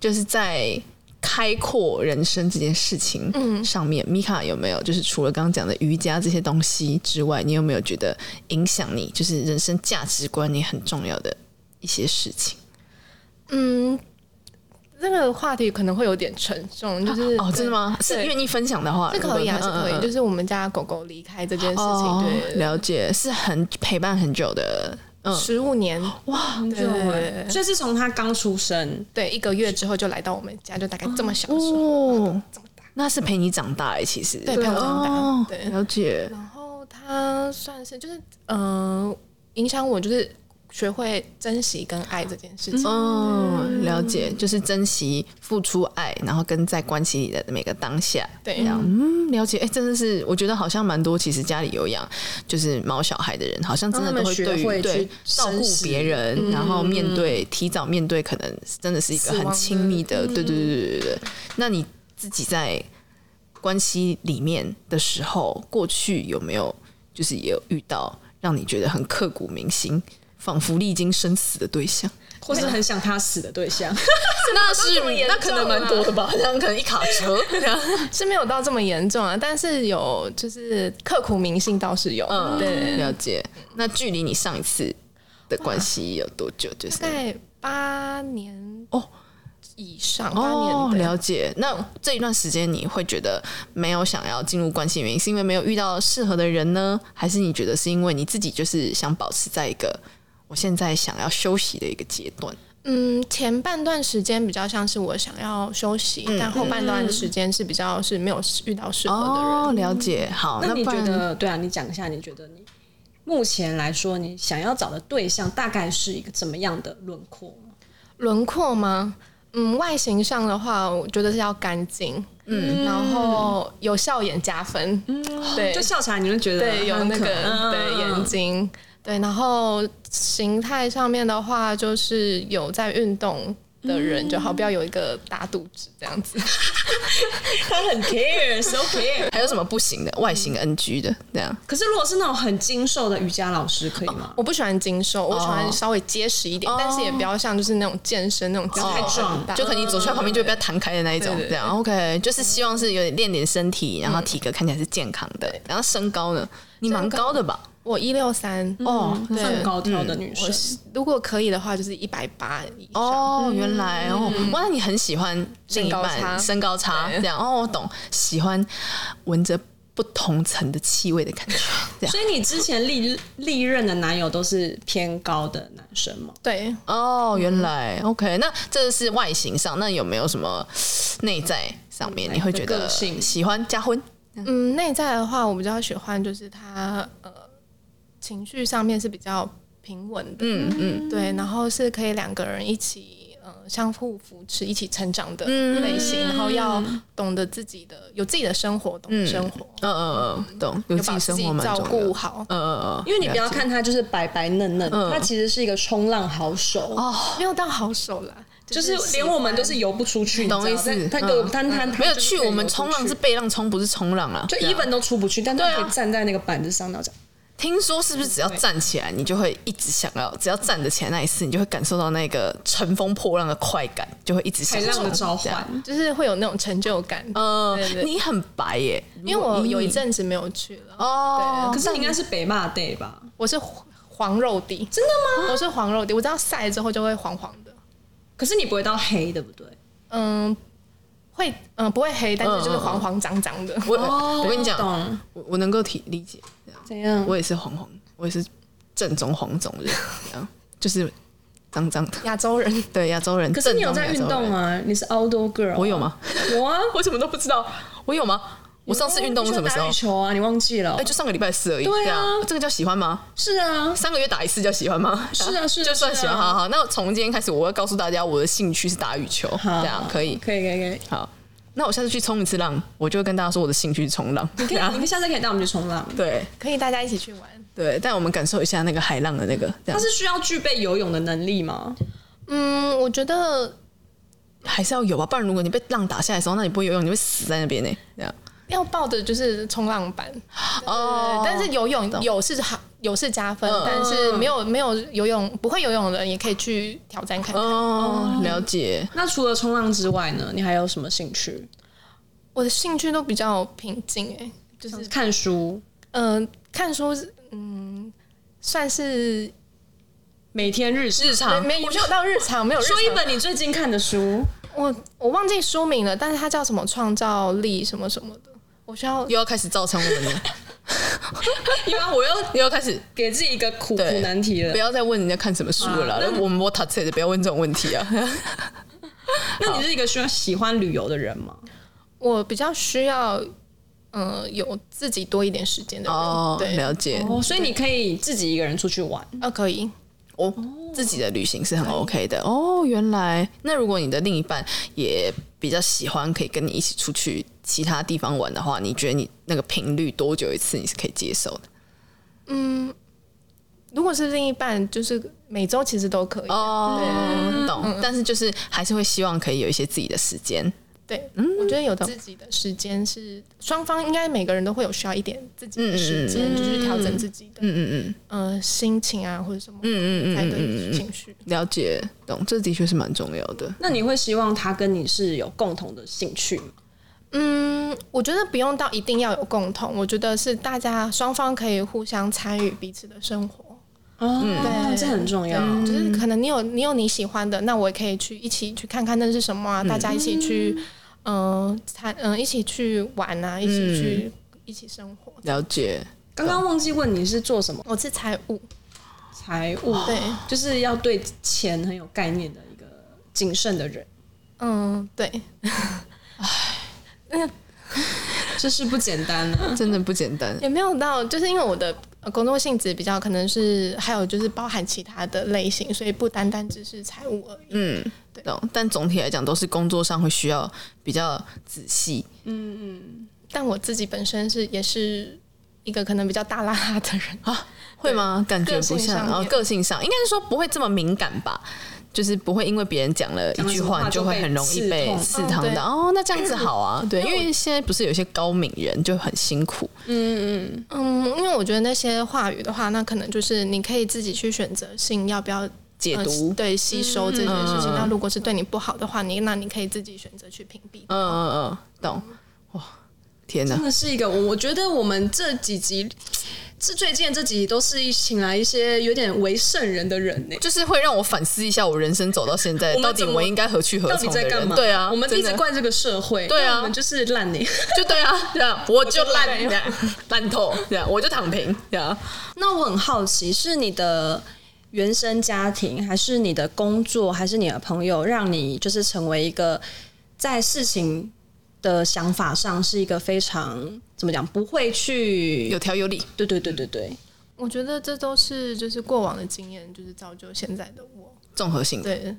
[SPEAKER 2] 就是在开阔人生这件事情上面，米卡有没有就是除了刚刚讲的瑜伽这些东西之外，你有没有觉得影响你就是人生价值观你很重要的一些事情？
[SPEAKER 4] 嗯，这个话题可能会有点沉重，就是、
[SPEAKER 2] 哦，真的吗？
[SPEAKER 4] 对
[SPEAKER 2] 是
[SPEAKER 4] 对
[SPEAKER 2] 因为你分享的话，
[SPEAKER 4] 是可以啊，
[SPEAKER 2] 如
[SPEAKER 4] 是
[SPEAKER 2] 果
[SPEAKER 4] 可以。
[SPEAKER 2] 嗯嗯嗯
[SPEAKER 4] 就是我们家狗狗离开这件事情，
[SPEAKER 2] 哦
[SPEAKER 4] 对对，
[SPEAKER 2] 了解，是很陪伴很久的，嗯，
[SPEAKER 4] 十五年，
[SPEAKER 2] 哇，
[SPEAKER 4] 对对对
[SPEAKER 1] 所以是从他刚出生，
[SPEAKER 4] 对，一个月之后就来到我们家，就大概这么小的时候，
[SPEAKER 2] 哦，那是陪你长大哎，其实
[SPEAKER 4] 对陪我长大
[SPEAKER 2] 哦
[SPEAKER 4] 对
[SPEAKER 2] 了解，
[SPEAKER 4] 然后它算是就是嗯、呃影响我就是学会珍惜跟爱这件事情。
[SPEAKER 2] 嗯，了解，就是珍惜、付出爱，然后跟在关系里的每个当下。
[SPEAKER 4] 对
[SPEAKER 2] 这样，嗯，了解。哎、真的是，我觉得好像蛮多，其实家里有养就是毛小孩的人，好像真的
[SPEAKER 1] 让他
[SPEAKER 2] 都
[SPEAKER 1] 们
[SPEAKER 2] 会对
[SPEAKER 1] 学会
[SPEAKER 2] 于对
[SPEAKER 1] 去
[SPEAKER 2] 照顾
[SPEAKER 1] 珍惜嗯
[SPEAKER 2] 别人，然后面对提早面对，可能真的是一个
[SPEAKER 4] 死亡
[SPEAKER 2] 很
[SPEAKER 4] 的
[SPEAKER 2] 亲密的，对对对对对对。那你自己在关系里面的时候，过去有没有就是也有遇到让你觉得很刻骨铭心，仿佛历经生死的对象？
[SPEAKER 1] 或是很想他死的对象，
[SPEAKER 2] 那是
[SPEAKER 1] 严
[SPEAKER 2] 那可能
[SPEAKER 1] 重啊
[SPEAKER 2] 蛮多的吧，这样可能一卡 车，这样
[SPEAKER 4] 是没有到这么严重啊，但是有就是刻骨铭心倒是有，
[SPEAKER 2] 嗯，
[SPEAKER 4] 对，
[SPEAKER 2] 了解。那距离你上一次的关系有多久？就是
[SPEAKER 4] 大概八年
[SPEAKER 2] 哦
[SPEAKER 4] 以上，八
[SPEAKER 2] 哦，
[SPEAKER 4] 年
[SPEAKER 2] 了解。那这一段时间你会觉得没有想要进入关系，原因是因为没有遇到适合的人呢，还是你觉得是因为你自己就是想保持在一个我现在想要休息的一个阶段？
[SPEAKER 4] 嗯，前半段时间比较像是我想要休息，但后半段时间是比较是没有遇到适合的人。
[SPEAKER 2] 哦，了解。好，
[SPEAKER 1] 那你
[SPEAKER 2] 不然
[SPEAKER 1] 觉得对啊？你讲一下，你觉得你目前来说，你想要找的对象大概是一个怎么样的轮廓？
[SPEAKER 4] 轮廓吗？嗯，外形上的话，我觉得是要干净，嗯，然后有笑眼加分，嗯，对，
[SPEAKER 1] 就笑起来，你会觉得
[SPEAKER 4] 对，有那个
[SPEAKER 1] 嗯
[SPEAKER 4] 对眼睛，对，然后形态上面的话，就是有在运动的人就好，不要有一个大肚子这样子。
[SPEAKER 1] 他很 care，so care。
[SPEAKER 2] 还有什么不行的外形 NG 的这样？
[SPEAKER 1] 可是如果是那种很精瘦的瑜伽老师，可以吗？
[SPEAKER 4] 我不喜欢精瘦，我喜
[SPEAKER 2] 哦
[SPEAKER 4] 欢稍微结实一点，但是也不要像就是那种健身那种
[SPEAKER 1] 要太壮
[SPEAKER 4] 大
[SPEAKER 2] 哦就可能你走出来旁边就会被它弹开的那一种
[SPEAKER 4] 对，对
[SPEAKER 2] 这样 OK，就是希望是有点练点身体，然后体格看起来是健康的，然后身高呢，你蛮高的吧？
[SPEAKER 4] 我一六三
[SPEAKER 2] 哦
[SPEAKER 4] 对
[SPEAKER 1] 算高挑的女
[SPEAKER 2] 嗯
[SPEAKER 4] 我
[SPEAKER 1] 生，
[SPEAKER 4] 是如果可以的话，就是一百八以上。
[SPEAKER 2] 哦，原来哦，哇，那你很喜欢另一
[SPEAKER 4] 身高差
[SPEAKER 2] 半身高差这样哦，我懂，喜欢闻着不同层的气味的感觉，这样
[SPEAKER 1] 所以你之前历历任的男友都是偏高的男生吗？
[SPEAKER 4] 对，
[SPEAKER 2] 哦，原来 OK，那这是外形上，那有没有什么内在上面你会觉
[SPEAKER 1] 个
[SPEAKER 2] 得
[SPEAKER 1] 性
[SPEAKER 2] 喜欢加婚？
[SPEAKER 4] 嗯，内在的话，我比较喜欢就是他呃情绪上面是比较平稳的，
[SPEAKER 2] 嗯嗯
[SPEAKER 4] 对，然后是可以两个人一起呃相互扶持、一起成长的
[SPEAKER 2] 嗯
[SPEAKER 4] 类型，然后要懂得自己的有自己的生活，懂得生活，
[SPEAKER 2] 嗯嗯嗯，懂，有
[SPEAKER 4] 有
[SPEAKER 2] 自
[SPEAKER 4] 把
[SPEAKER 2] 己
[SPEAKER 4] 自
[SPEAKER 2] 生
[SPEAKER 4] 己
[SPEAKER 2] 活蛮
[SPEAKER 4] 照
[SPEAKER 2] 重要
[SPEAKER 4] 顾
[SPEAKER 2] 的。
[SPEAKER 4] 好。
[SPEAKER 2] 嗯嗯嗯，
[SPEAKER 1] 因为你不要
[SPEAKER 2] 了解
[SPEAKER 1] 看他就是白白嫩嫩，
[SPEAKER 2] 嗯
[SPEAKER 1] 他其实是一个冲浪好手
[SPEAKER 2] 哦，
[SPEAKER 4] 没有到好手啦，
[SPEAKER 1] 就是
[SPEAKER 4] 喜
[SPEAKER 1] 连
[SPEAKER 4] 欢
[SPEAKER 1] 我们都是游不出去，你知道
[SPEAKER 2] 懂意思
[SPEAKER 1] 但他给我
[SPEAKER 2] 嗯，
[SPEAKER 1] 但他
[SPEAKER 2] 没有去，我们冲浪是被浪冲，不是冲浪啊。
[SPEAKER 1] 就
[SPEAKER 2] 对啊
[SPEAKER 1] even 都出不去，但
[SPEAKER 2] 对
[SPEAKER 1] 他
[SPEAKER 2] 啊
[SPEAKER 1] 可以站在那个板子上，然后讲
[SPEAKER 2] 听说是不是只要站起来，你就会一直想要，只要站得起来那一次，你就会感受到那个乘风破浪的快感，就会一直想
[SPEAKER 1] 海浪的
[SPEAKER 2] 冲
[SPEAKER 1] 召。
[SPEAKER 2] 这样
[SPEAKER 1] 唤。
[SPEAKER 4] 就是会有那种成就感。
[SPEAKER 2] 呃
[SPEAKER 4] 对，对
[SPEAKER 2] 你很白耶，
[SPEAKER 4] 因为我有一
[SPEAKER 2] 阵
[SPEAKER 4] 阵子没有去了，
[SPEAKER 1] 嗯
[SPEAKER 2] 哦，
[SPEAKER 1] 可是你应该是北骂 day 吧？
[SPEAKER 4] 我是黄肉底，真的吗？我是黄肉底，我知道晒之后就会黄黄的，
[SPEAKER 1] 可是你不会到黑，对不对？
[SPEAKER 4] 嗯，会嗯不会黑，但是就是
[SPEAKER 2] 嗯嗯嗯
[SPEAKER 4] 黄黄脏脏的。
[SPEAKER 2] 我我跟你讲，
[SPEAKER 1] 哦懂
[SPEAKER 2] 我我能够体理解，
[SPEAKER 1] 怎样？
[SPEAKER 2] 我也是黄黄，我也是正宗黄种人，这样就是脏脏的，
[SPEAKER 4] 亚洲人
[SPEAKER 2] 对亚洲人。
[SPEAKER 1] 可是你有
[SPEAKER 2] 正宗
[SPEAKER 1] 在
[SPEAKER 2] 亚
[SPEAKER 1] 运
[SPEAKER 2] 洲人
[SPEAKER 1] 动？啊？你是 outdoor girl，啊
[SPEAKER 2] 我有？吗？
[SPEAKER 1] 有啊，
[SPEAKER 2] 我怎么都不知道，我有吗？我上次运动是什么时
[SPEAKER 1] 打
[SPEAKER 2] 候
[SPEAKER 1] 羽？球啊，你忘记了？
[SPEAKER 2] 哎，就上个礼拜四而已。
[SPEAKER 1] 对啊
[SPEAKER 2] 这样这个叫喜欢吗？
[SPEAKER 1] 是啊，
[SPEAKER 2] 三个月打一次叫喜欢吗？
[SPEAKER 1] 是啊是啊
[SPEAKER 2] 就算喜欢，
[SPEAKER 1] 是啊
[SPEAKER 2] 好好。那从今天开始，我要告诉大家我的兴趣是打羽球，
[SPEAKER 1] 好
[SPEAKER 2] 这样啊可以。
[SPEAKER 1] 可以，可以，可以。
[SPEAKER 2] 好，那我下次去冲一次浪，我就会跟大家说我的兴趣是冲浪。
[SPEAKER 1] 你可以，你们下次可以带我们去冲浪。
[SPEAKER 2] 对
[SPEAKER 4] 可以大家一起去玩。
[SPEAKER 2] 对，但我们感受一下那个海浪的那个，这
[SPEAKER 1] 它
[SPEAKER 2] 样
[SPEAKER 1] 是需要具备游泳的能力吗？
[SPEAKER 4] 嗯，我觉得
[SPEAKER 2] 还是要有啊，不然如果你被浪打下来的时候，那你不会游泳，你会死在那边呢。这样
[SPEAKER 4] 要抱的就是冲浪板，
[SPEAKER 2] 哦
[SPEAKER 4] 对但是游泳
[SPEAKER 2] 懂
[SPEAKER 4] 有是好有是加分，
[SPEAKER 2] 嗯
[SPEAKER 4] 但是没有没有游泳不会游泳的人也可以去挑战看看。
[SPEAKER 2] 哦，了解。
[SPEAKER 1] 那除了冲浪之外呢，你还有什么兴趣？
[SPEAKER 4] 我的兴趣都比较平静，哎，就是
[SPEAKER 1] 看书，
[SPEAKER 4] 嗯、呃看书是，嗯，算是
[SPEAKER 1] 每天日日
[SPEAKER 4] 没没有没有到日常，没有日常
[SPEAKER 1] 说一本你最近看的书，
[SPEAKER 4] 我我忘记书名了，但是它叫什么创造力什么什么的，我需要
[SPEAKER 2] 又要开始造成我们了，
[SPEAKER 1] 因为我又
[SPEAKER 2] 又要开始
[SPEAKER 1] 给自己一个苦苦
[SPEAKER 2] 对
[SPEAKER 1] 难题了
[SPEAKER 2] 不。要再问人家看什么书了啦。那我们我塔册的不要问这种问题啊。
[SPEAKER 1] 那你是一个需要喜欢旅游的人吗？
[SPEAKER 4] 我比较需要，呃，有自己多一点时间的人，
[SPEAKER 2] 哦，
[SPEAKER 4] 对，
[SPEAKER 2] 了解。
[SPEAKER 1] 哦，所以你可以自己一个人出去玩。
[SPEAKER 4] 呃，可以，
[SPEAKER 2] 哦，自己的旅行是很 OK 的哦。原来，那如果你的另一半也比较喜欢可以跟你一起出去其他地方玩的话，你觉得你那个频率多久一次你是可以接受的？
[SPEAKER 4] 如果是另一半，就是每周其实都可
[SPEAKER 2] 啊
[SPEAKER 4] 以，
[SPEAKER 2] 哦，懂。但是就是还是会希望可以有一些自己的时间。
[SPEAKER 4] 对，我觉得有自己的时间是双方应该每个人都会有需要一点自己的时间，就是调整自己的，嗯嗯嗯，呃，心情啊或者什么，嗯嗯嗯，才对情绪。
[SPEAKER 2] 了解，懂。这的确是蛮重要的。
[SPEAKER 1] 那你会希望他跟你是有共同的兴趣吗？
[SPEAKER 4] 嗯，我觉得不用到一定要有共同，我觉得是大家双方可以互相参与彼此的生活。
[SPEAKER 1] 哦，对，
[SPEAKER 4] 对啊
[SPEAKER 1] 这很重要。
[SPEAKER 4] 就是可能你有你有你喜欢的，那我也可以去一起去看看那是什么啊，大家一起去，嗯，参嗯一起去玩
[SPEAKER 1] 嗯
[SPEAKER 4] 啊，一起去一起生活。
[SPEAKER 2] 了解，
[SPEAKER 1] 刚刚忘记问你是做什么
[SPEAKER 4] 我是财务，
[SPEAKER 1] 财务，
[SPEAKER 4] 对，
[SPEAKER 1] 就是要对钱很有概念的一个谨慎的人，
[SPEAKER 4] 嗯，对，
[SPEAKER 1] 这是不简单 啊。
[SPEAKER 2] 真的不简单。
[SPEAKER 4] 也没有到，就是因为我的呃工作性质比较可能是还有就是包含其他的类型，所以不单单只是财务而已。
[SPEAKER 2] 嗯，懂。但总体来讲，都是工作上会需要比较仔细。
[SPEAKER 4] 但我自己本身是也是一个可能比较大拉拉的人，
[SPEAKER 2] 会吗？感觉
[SPEAKER 4] 个
[SPEAKER 2] 不
[SPEAKER 4] 性
[SPEAKER 2] 像，
[SPEAKER 4] 上
[SPEAKER 2] 然后
[SPEAKER 4] 面
[SPEAKER 2] 个性上，应该是说不会这么敏感吧，就是不会因为别人讲了一
[SPEAKER 1] 讲了
[SPEAKER 2] 句
[SPEAKER 1] 什么
[SPEAKER 2] 话，
[SPEAKER 1] 话
[SPEAKER 2] 你就
[SPEAKER 1] 就
[SPEAKER 2] 会
[SPEAKER 1] 被
[SPEAKER 2] 很容易
[SPEAKER 1] 刺
[SPEAKER 2] 被
[SPEAKER 1] 痛
[SPEAKER 2] 刺
[SPEAKER 4] 嗯
[SPEAKER 2] 痛
[SPEAKER 4] 对
[SPEAKER 2] 的。哦，那这样子 好啊，对，因为现在不是有些高敏人就很辛苦，
[SPEAKER 4] 嗯，因为我觉得那些话语的话，那可能就是你可以自己去选择性要不要
[SPEAKER 2] 解
[SPEAKER 4] 呃
[SPEAKER 2] 读，
[SPEAKER 4] 对吸收这件事情。
[SPEAKER 2] 嗯
[SPEAKER 4] 那如果是对你不好的话，你那你可以自己选择去屏蔽。
[SPEAKER 2] 嗯嗯嗯，懂。哇，天哪
[SPEAKER 1] 真，的是一个，我我觉得我们这几集，这最近这几集都是请来一些有点为圣人的人呢、
[SPEAKER 2] 就是会让我反思一下我人生走到现在，
[SPEAKER 1] 我们
[SPEAKER 2] 到底
[SPEAKER 1] 怎
[SPEAKER 2] 我
[SPEAKER 1] 么
[SPEAKER 2] 应该何去何
[SPEAKER 1] 到底
[SPEAKER 2] 从
[SPEAKER 1] 在
[SPEAKER 2] 的
[SPEAKER 1] 干
[SPEAKER 2] 人。
[SPEAKER 1] 嘛？
[SPEAKER 2] 对啊，
[SPEAKER 1] 我们
[SPEAKER 2] 真
[SPEAKER 1] 一直
[SPEAKER 2] 的
[SPEAKER 1] 怪这个社会，
[SPEAKER 2] 对啊
[SPEAKER 1] 但我们就是烂呢、
[SPEAKER 2] 就 对啊，这样我就
[SPEAKER 1] 就
[SPEAKER 2] 烂
[SPEAKER 1] 烂
[SPEAKER 2] 这样 烂透这样，我就躺平这样。
[SPEAKER 1] 那我很好奇，是你的原生家庭，还是你的工作，还是你的朋友，让你就是成为一个在事情的想法上是一个非常怎么讲，不会去
[SPEAKER 2] 有条有理，
[SPEAKER 1] 对对对对对，
[SPEAKER 4] 我觉得这都是就是过往的经验，就是造就现在的我。
[SPEAKER 2] 综合性的。
[SPEAKER 4] 对，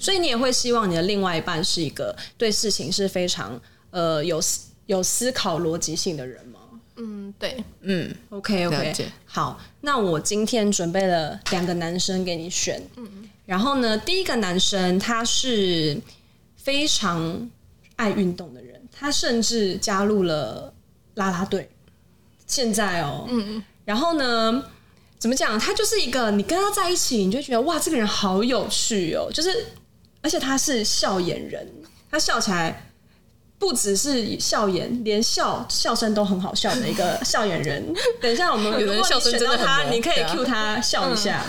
[SPEAKER 1] 所以你也会希望你的另外一半是一个对事情是非常呃有思有思考逻辑性的人吗
[SPEAKER 4] 嗯，对，
[SPEAKER 2] 嗯，
[SPEAKER 1] ？OK
[SPEAKER 2] 了
[SPEAKER 1] OK，
[SPEAKER 2] 解
[SPEAKER 1] 好，那我今天准备了两个男生给你选，然后呢，第一个男生他是非常爱运动的人，他甚至加入了啦啦队，现在哦，嗯，然后呢，怎么讲？他就是一个你跟他在一起，你就觉得哇，这个人好有趣哦，就是而且他是笑眼人，他笑起来。不只是笑颜，连笑笑声都很好笑的一个 笑眼人。等一下，我们
[SPEAKER 2] 有的人
[SPEAKER 1] 如果你
[SPEAKER 2] 笑声
[SPEAKER 1] 选
[SPEAKER 2] 真的
[SPEAKER 1] 到
[SPEAKER 2] 很
[SPEAKER 1] 他，
[SPEAKER 2] 萌
[SPEAKER 1] 你可以
[SPEAKER 2] 对啊嗯
[SPEAKER 1] cue 他笑一下。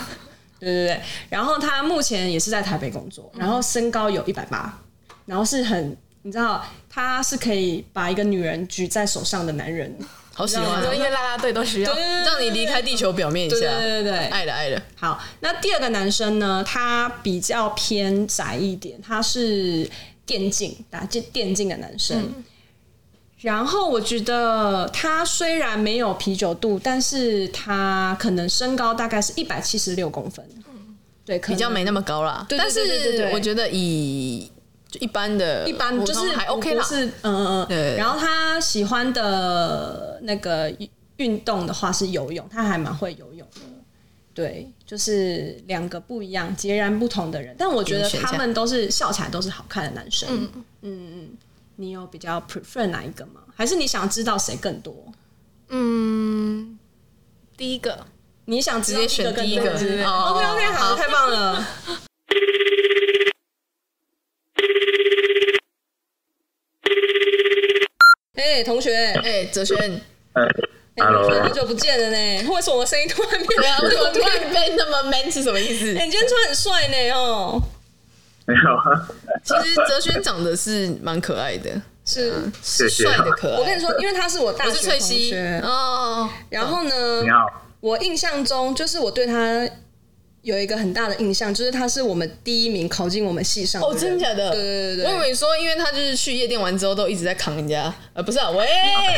[SPEAKER 1] 对对对，然后他目前也是在台北工作，然后身高
[SPEAKER 2] 嗯
[SPEAKER 1] 有一百八，然后是很你知道他是可以把一个女人举在手上的男人，
[SPEAKER 2] 好喜欢啊
[SPEAKER 4] 因，为啦啦队都需要。
[SPEAKER 1] 让
[SPEAKER 2] 哦让你离开地球表面一
[SPEAKER 1] 对对
[SPEAKER 2] 下。
[SPEAKER 1] 对对对，
[SPEAKER 2] 爱了爱了，
[SPEAKER 1] 好，那第二个男生呢，他比较偏宅一点，他是电竞打电电竞的男生。然后我觉得他虽然没有啤酒肚，但是他可能身高大概是一百七十六公分，对，可能
[SPEAKER 2] 比较没那么高啦。
[SPEAKER 1] 对对
[SPEAKER 2] 但
[SPEAKER 1] 对对对
[SPEAKER 2] 是
[SPEAKER 1] 对
[SPEAKER 2] 我觉得以就一般的
[SPEAKER 1] 一般
[SPEAKER 2] 普
[SPEAKER 1] 就
[SPEAKER 2] 通
[SPEAKER 1] 是
[SPEAKER 2] 还 OK 啦
[SPEAKER 1] 不。是嗯嗯嗯。
[SPEAKER 2] 对
[SPEAKER 1] 然后他喜欢的那个运动的话是游泳，他还蛮会游泳的。对，就是两个不一样、截然不同的人，但我觉得
[SPEAKER 2] 给你选一下
[SPEAKER 1] 他们都是笑起来都是好看的男生。嗯嗯你有比较 prefer 哪一个吗？还是你想知道谁更多？
[SPEAKER 4] 嗯，第一个，
[SPEAKER 1] 你想直
[SPEAKER 2] 直接选第一个
[SPEAKER 1] 是不是
[SPEAKER 2] 哦哦哦
[SPEAKER 1] OK OK，好，
[SPEAKER 2] 好
[SPEAKER 1] 太棒了。哎、同学，哎、
[SPEAKER 2] 哎，哲轩，
[SPEAKER 5] 嗯，Hello，
[SPEAKER 1] 好久不见了呢，为什么我声音突然变
[SPEAKER 2] 对啊，
[SPEAKER 1] 得
[SPEAKER 2] 为什么
[SPEAKER 1] 这
[SPEAKER 2] 突
[SPEAKER 1] 么
[SPEAKER 2] 然变那么 man 是什么意思
[SPEAKER 1] 哎、？你今天穿很帅呢哦，
[SPEAKER 5] 没有啊，
[SPEAKER 2] 其实哲轩长得是蛮可爱的，
[SPEAKER 1] 是
[SPEAKER 2] 是
[SPEAKER 5] 谢
[SPEAKER 2] 嗯帅的可爱。
[SPEAKER 1] 我跟你说，因为他是我大
[SPEAKER 2] 我
[SPEAKER 1] 学
[SPEAKER 2] 是翠
[SPEAKER 1] 同
[SPEAKER 2] 西
[SPEAKER 1] 学
[SPEAKER 2] 哦哦，哦
[SPEAKER 1] 然后呢，
[SPEAKER 5] 你好，
[SPEAKER 1] 我印象中就是我对他有一个很大的印象，就是他是我们第一名考进我们系上
[SPEAKER 2] 哦，
[SPEAKER 1] 人
[SPEAKER 2] 真的假的？
[SPEAKER 1] 对对对对，
[SPEAKER 2] 我以为你说，因为他就是去夜店玩之后都一直在扛人家，呃，不是啊， 喂，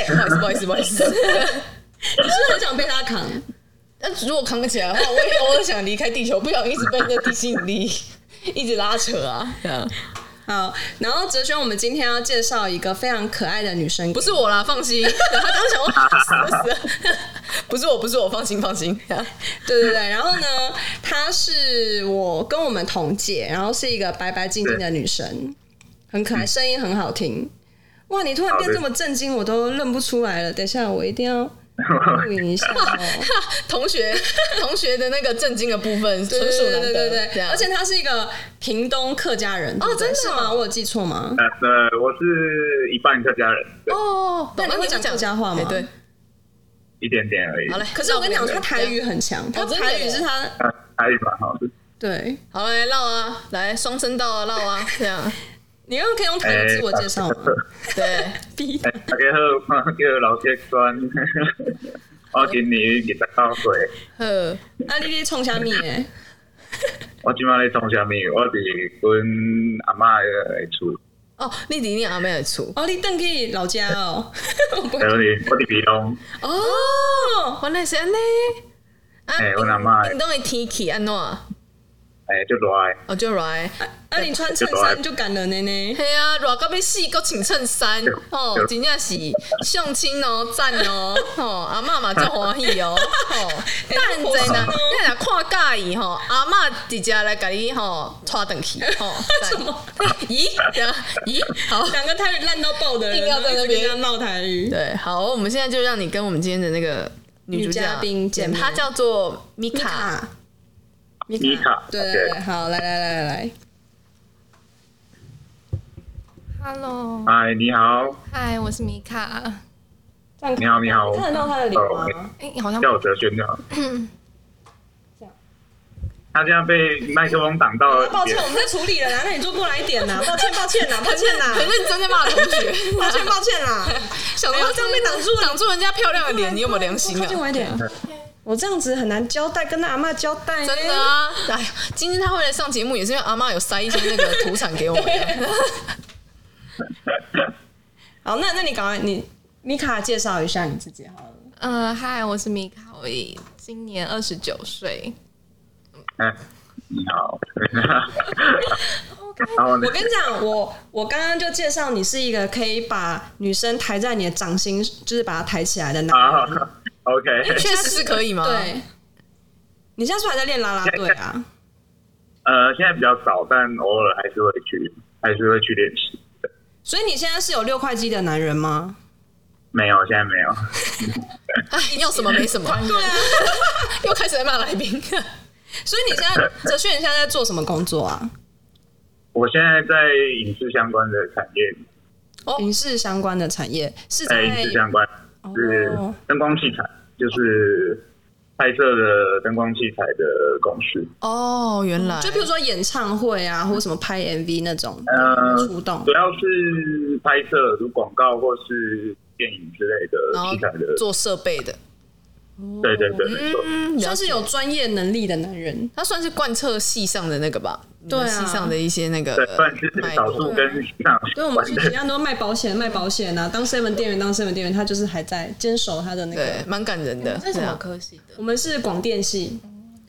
[SPEAKER 2] 不好意思，不好意思，不好意思。
[SPEAKER 1] 你是不是很想被他扛？
[SPEAKER 2] 但如果扛不起来的话，我也偶尔想离开地球，不想一直被那地心引力一直拉扯啊。这样
[SPEAKER 1] 好，然后哲轩，我们今天要介绍一个非常可爱的女生，
[SPEAKER 2] 不是我啦，放心。然后他当时想说，死了死了， 不是我，不是我，放心放心。这样
[SPEAKER 1] 对对对。然后呢，她是我跟我们同届，然后是一个白白净净的女生，很可爱，声音很好听。哇，你突然变这么震惊，我都认不出来了。等一下，我一定要录影一下 哦。
[SPEAKER 2] 同学同学的那个震惊的部分，
[SPEAKER 1] 对
[SPEAKER 2] 纯
[SPEAKER 1] 对
[SPEAKER 2] 属
[SPEAKER 1] 对
[SPEAKER 2] 难
[SPEAKER 1] 对
[SPEAKER 2] 得。
[SPEAKER 1] 对对
[SPEAKER 2] 这
[SPEAKER 1] 对，
[SPEAKER 2] 样
[SPEAKER 1] 而且她是一个屏东客家人哦
[SPEAKER 2] 真的
[SPEAKER 1] 是
[SPEAKER 2] 哦
[SPEAKER 1] 吗？我有记错吗？
[SPEAKER 5] 呃，对，我是一半客家人，对，
[SPEAKER 2] 哦，
[SPEAKER 1] 那
[SPEAKER 2] 懂
[SPEAKER 1] 你
[SPEAKER 2] 了
[SPEAKER 1] 会讲客家话吗
[SPEAKER 2] 哎对，
[SPEAKER 5] 一点点而已。
[SPEAKER 2] 好嘞。
[SPEAKER 1] 可是我跟你讲，她台语
[SPEAKER 2] 这样，
[SPEAKER 1] 很强，她
[SPEAKER 2] 哦真的
[SPEAKER 1] 台
[SPEAKER 2] 耶
[SPEAKER 1] 语是她
[SPEAKER 5] 呃，台语蛮好的，
[SPEAKER 1] 对。
[SPEAKER 2] 好嘞，绕啊，来双声道啊，绕啊，这样。
[SPEAKER 1] 你又可以用台语自我介绍吗？
[SPEAKER 2] 对，
[SPEAKER 1] 逼
[SPEAKER 5] 哎大家好， 我叫老铁酸， 我今年二十九岁，
[SPEAKER 2] 呵，
[SPEAKER 1] 啊，你你冲啥米诶？
[SPEAKER 5] 我今麦咧创啥物？我伫阮阿嬷的厝，
[SPEAKER 2] 哦，你弟弟阿妹的厝
[SPEAKER 1] 哦，你邓去老家哦，我不
[SPEAKER 5] 然后呢，我伫屏东，
[SPEAKER 2] 哦，原来是安尼。啊
[SPEAKER 5] 哎阮阿嬷的
[SPEAKER 2] 冰冻的天气安怎？
[SPEAKER 5] 哎，就热诶，
[SPEAKER 2] 哦，就来。
[SPEAKER 1] 啊，你穿衬衫就感人了呢。
[SPEAKER 2] 嘿啊，热到要死，搁穿衬衫，哦，真正是相亲哦，赞哦， 哦，阿嬷嘛足欢喜 哦，哦，
[SPEAKER 1] 哎
[SPEAKER 2] 但真啊，
[SPEAKER 1] 哦
[SPEAKER 2] 你若看介意吼，阿嬷直接来甲你吼拖转去，吼，
[SPEAKER 1] 什么？
[SPEAKER 2] 赞咦，这样咦，好，
[SPEAKER 1] 两个台语烂到爆的人，
[SPEAKER 2] 硬要在那边
[SPEAKER 1] 然后一直跟他闹台语。
[SPEAKER 2] 对，好，我们现在就让你跟我们今天的那个女主角
[SPEAKER 1] 女嘉宾见面
[SPEAKER 2] 她叫做米卡，
[SPEAKER 1] 卡，
[SPEAKER 5] 米卡
[SPEAKER 1] 对对对，
[SPEAKER 5] OK
[SPEAKER 1] 好，来来来来来，
[SPEAKER 4] Hello，
[SPEAKER 5] 嗨，你好，
[SPEAKER 4] 嗨，我是米卡。
[SPEAKER 1] 这样
[SPEAKER 5] 你好，你好，
[SPEAKER 1] 看得到他的脸吗？
[SPEAKER 4] 哎、好像
[SPEAKER 5] 叫我哲轩 就好。他这样被麦克风挡到
[SPEAKER 1] 啊
[SPEAKER 5] 了，
[SPEAKER 1] 抱歉，我们在处理了啦，那你坐过来一点呐，抱歉，抱歉啦，抱歉啦，
[SPEAKER 2] 很认真在骂同学，
[SPEAKER 1] 抱歉，抱歉啦，
[SPEAKER 2] 想
[SPEAKER 1] 不
[SPEAKER 2] 说
[SPEAKER 1] 要这样被挡住了
[SPEAKER 2] 挡住人家漂亮的脸，你有没有良心
[SPEAKER 1] 靠近
[SPEAKER 2] 啊？
[SPEAKER 1] 我一点，我这样子很难交代，跟他阿妈交代呢。
[SPEAKER 2] 真的啊！哎呀，今天他会来上节目，也是因为阿妈有塞一些那个土产给我们啊。
[SPEAKER 1] 好，那那你赶快你米卡介绍一下你自己好了。
[SPEAKER 4] 呃，嗨，我是米卡，我今年二十九岁。
[SPEAKER 5] 哎，你 好，
[SPEAKER 4] OK，
[SPEAKER 5] 然后呢
[SPEAKER 1] 我？跟你讲，我我刚刚就介绍你是一个可以把女生抬在你的掌心，就是把她抬起来的男人。
[SPEAKER 5] 啊，OK，
[SPEAKER 2] 确实是可以吗？，
[SPEAKER 4] 嗯
[SPEAKER 1] 对，你现在是不是还在练啦啦队啊？
[SPEAKER 5] 呃，现在比较少，但偶尔还是会去，还是会去练习。
[SPEAKER 1] 所以你现在是有六块肌的男人吗？
[SPEAKER 5] 没有，现在没有。
[SPEAKER 2] 哎，要什么没什么。对啊， 又开始在骂来宾。
[SPEAKER 1] 所以你现在哲轩，你现在在做什么工作啊？
[SPEAKER 5] 我现在在影视相关的产业，
[SPEAKER 1] 影视相关的产业是在
[SPEAKER 5] 在哎影视相关是
[SPEAKER 1] 哦
[SPEAKER 5] 灯光器材，就是拍摄的灯光器材的公司。
[SPEAKER 2] 哦，原来
[SPEAKER 1] 就比如说演唱会啊，或者什么拍 MV 那种
[SPEAKER 5] 呃
[SPEAKER 1] 出动
[SPEAKER 5] 主。要是拍嗯摄，如广告或是电影之类的器材的。
[SPEAKER 2] 做设备的
[SPEAKER 5] 对对对，没错。
[SPEAKER 2] 嗯，
[SPEAKER 1] 算是有专业能力的男人。
[SPEAKER 2] 他算是贯彻系上的那个吧，
[SPEAKER 1] 对啊
[SPEAKER 2] 你们系上的一些那个
[SPEAKER 5] 对，算是
[SPEAKER 2] 脉
[SPEAKER 5] 少
[SPEAKER 2] 络
[SPEAKER 5] 数。跟西藏
[SPEAKER 1] 对，我
[SPEAKER 5] 有
[SPEAKER 1] 们
[SPEAKER 5] 关
[SPEAKER 1] 去其
[SPEAKER 5] 的。
[SPEAKER 1] 他都卖保险，卖保险啊，当 seven 店员，当 seven 店员，他就是还在坚守他的那
[SPEAKER 2] 对
[SPEAKER 1] 个。，
[SPEAKER 2] 蛮感人的。
[SPEAKER 4] 这
[SPEAKER 2] 对
[SPEAKER 4] 是什
[SPEAKER 2] 啊
[SPEAKER 4] 么科系的？
[SPEAKER 1] 我们是广电系，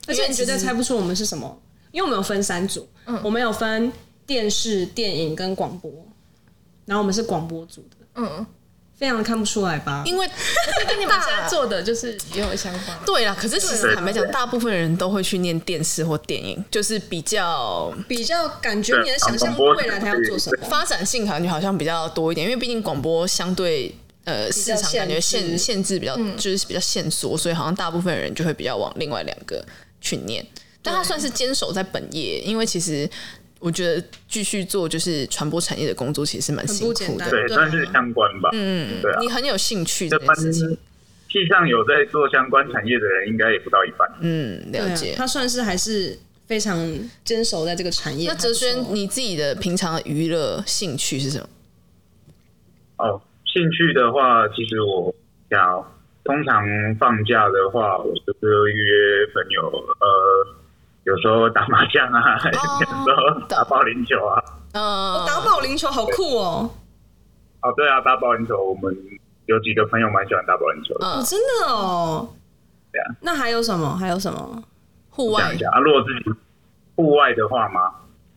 [SPEAKER 1] 而且你绝对猜不出我们是什么，因为我们有分三组，我们有分电视、电影跟广播，然后我们是广播组的，
[SPEAKER 4] 嗯，
[SPEAKER 1] 非常看不出来吧？
[SPEAKER 2] 因为
[SPEAKER 4] 跟你们现在做的就是也有相关。
[SPEAKER 2] 对啦，可是其实
[SPEAKER 5] 对
[SPEAKER 2] 坦白讲，
[SPEAKER 5] 对
[SPEAKER 2] 大部分人都会去念电视或电影，就是比较
[SPEAKER 1] 比较感觉你的想象
[SPEAKER 5] 对广播
[SPEAKER 1] 未来他要做什么。
[SPEAKER 2] 发展性感觉好像比较多一点，因为毕竟广播相对呃市
[SPEAKER 1] 较
[SPEAKER 2] 场感觉
[SPEAKER 1] 限制嗯
[SPEAKER 2] 限限制比较、就是比较限缩，所以好像大部分人就会比较往另外两个去念。但他算是坚守在本业，因为其实我觉得继续做就是传播产业的工作，其实蛮辛
[SPEAKER 1] 很
[SPEAKER 2] 苦
[SPEAKER 1] 不
[SPEAKER 2] 的
[SPEAKER 1] 简。
[SPEAKER 5] 对，
[SPEAKER 1] 对啊
[SPEAKER 5] 算是相关吧。嗯，对啊。啊
[SPEAKER 2] 你很有兴趣这
[SPEAKER 5] 这
[SPEAKER 2] 件
[SPEAKER 5] 般
[SPEAKER 2] 事情，
[SPEAKER 5] 系上有在做相关产业的人，应该也不到一半。
[SPEAKER 2] 嗯，了解。
[SPEAKER 1] 啊他算是还是非常坚守在这个产业。
[SPEAKER 2] 那哲
[SPEAKER 1] 还
[SPEAKER 2] 轩
[SPEAKER 1] 不，错
[SPEAKER 2] 你自己的平常的娱乐兴趣是什么？
[SPEAKER 5] 哦，兴趣的话，其实我想，通常放假的话，我就是会约朋友，呃，有时候打麻将啊，
[SPEAKER 1] 哦
[SPEAKER 5] 有时候打保龄球啊。
[SPEAKER 2] 呃，
[SPEAKER 1] 打保龄球好酷哦！
[SPEAKER 5] 哦，对啊，打保龄球，我们有几个朋友蛮喜欢打保龄球
[SPEAKER 2] 呃
[SPEAKER 5] 的。
[SPEAKER 1] 哦，真的哦。
[SPEAKER 5] 对啊
[SPEAKER 1] 那还有什么？还有什么？
[SPEAKER 2] 户
[SPEAKER 5] 讲
[SPEAKER 2] 外
[SPEAKER 5] 一下啊，如果自己户外的话嘛，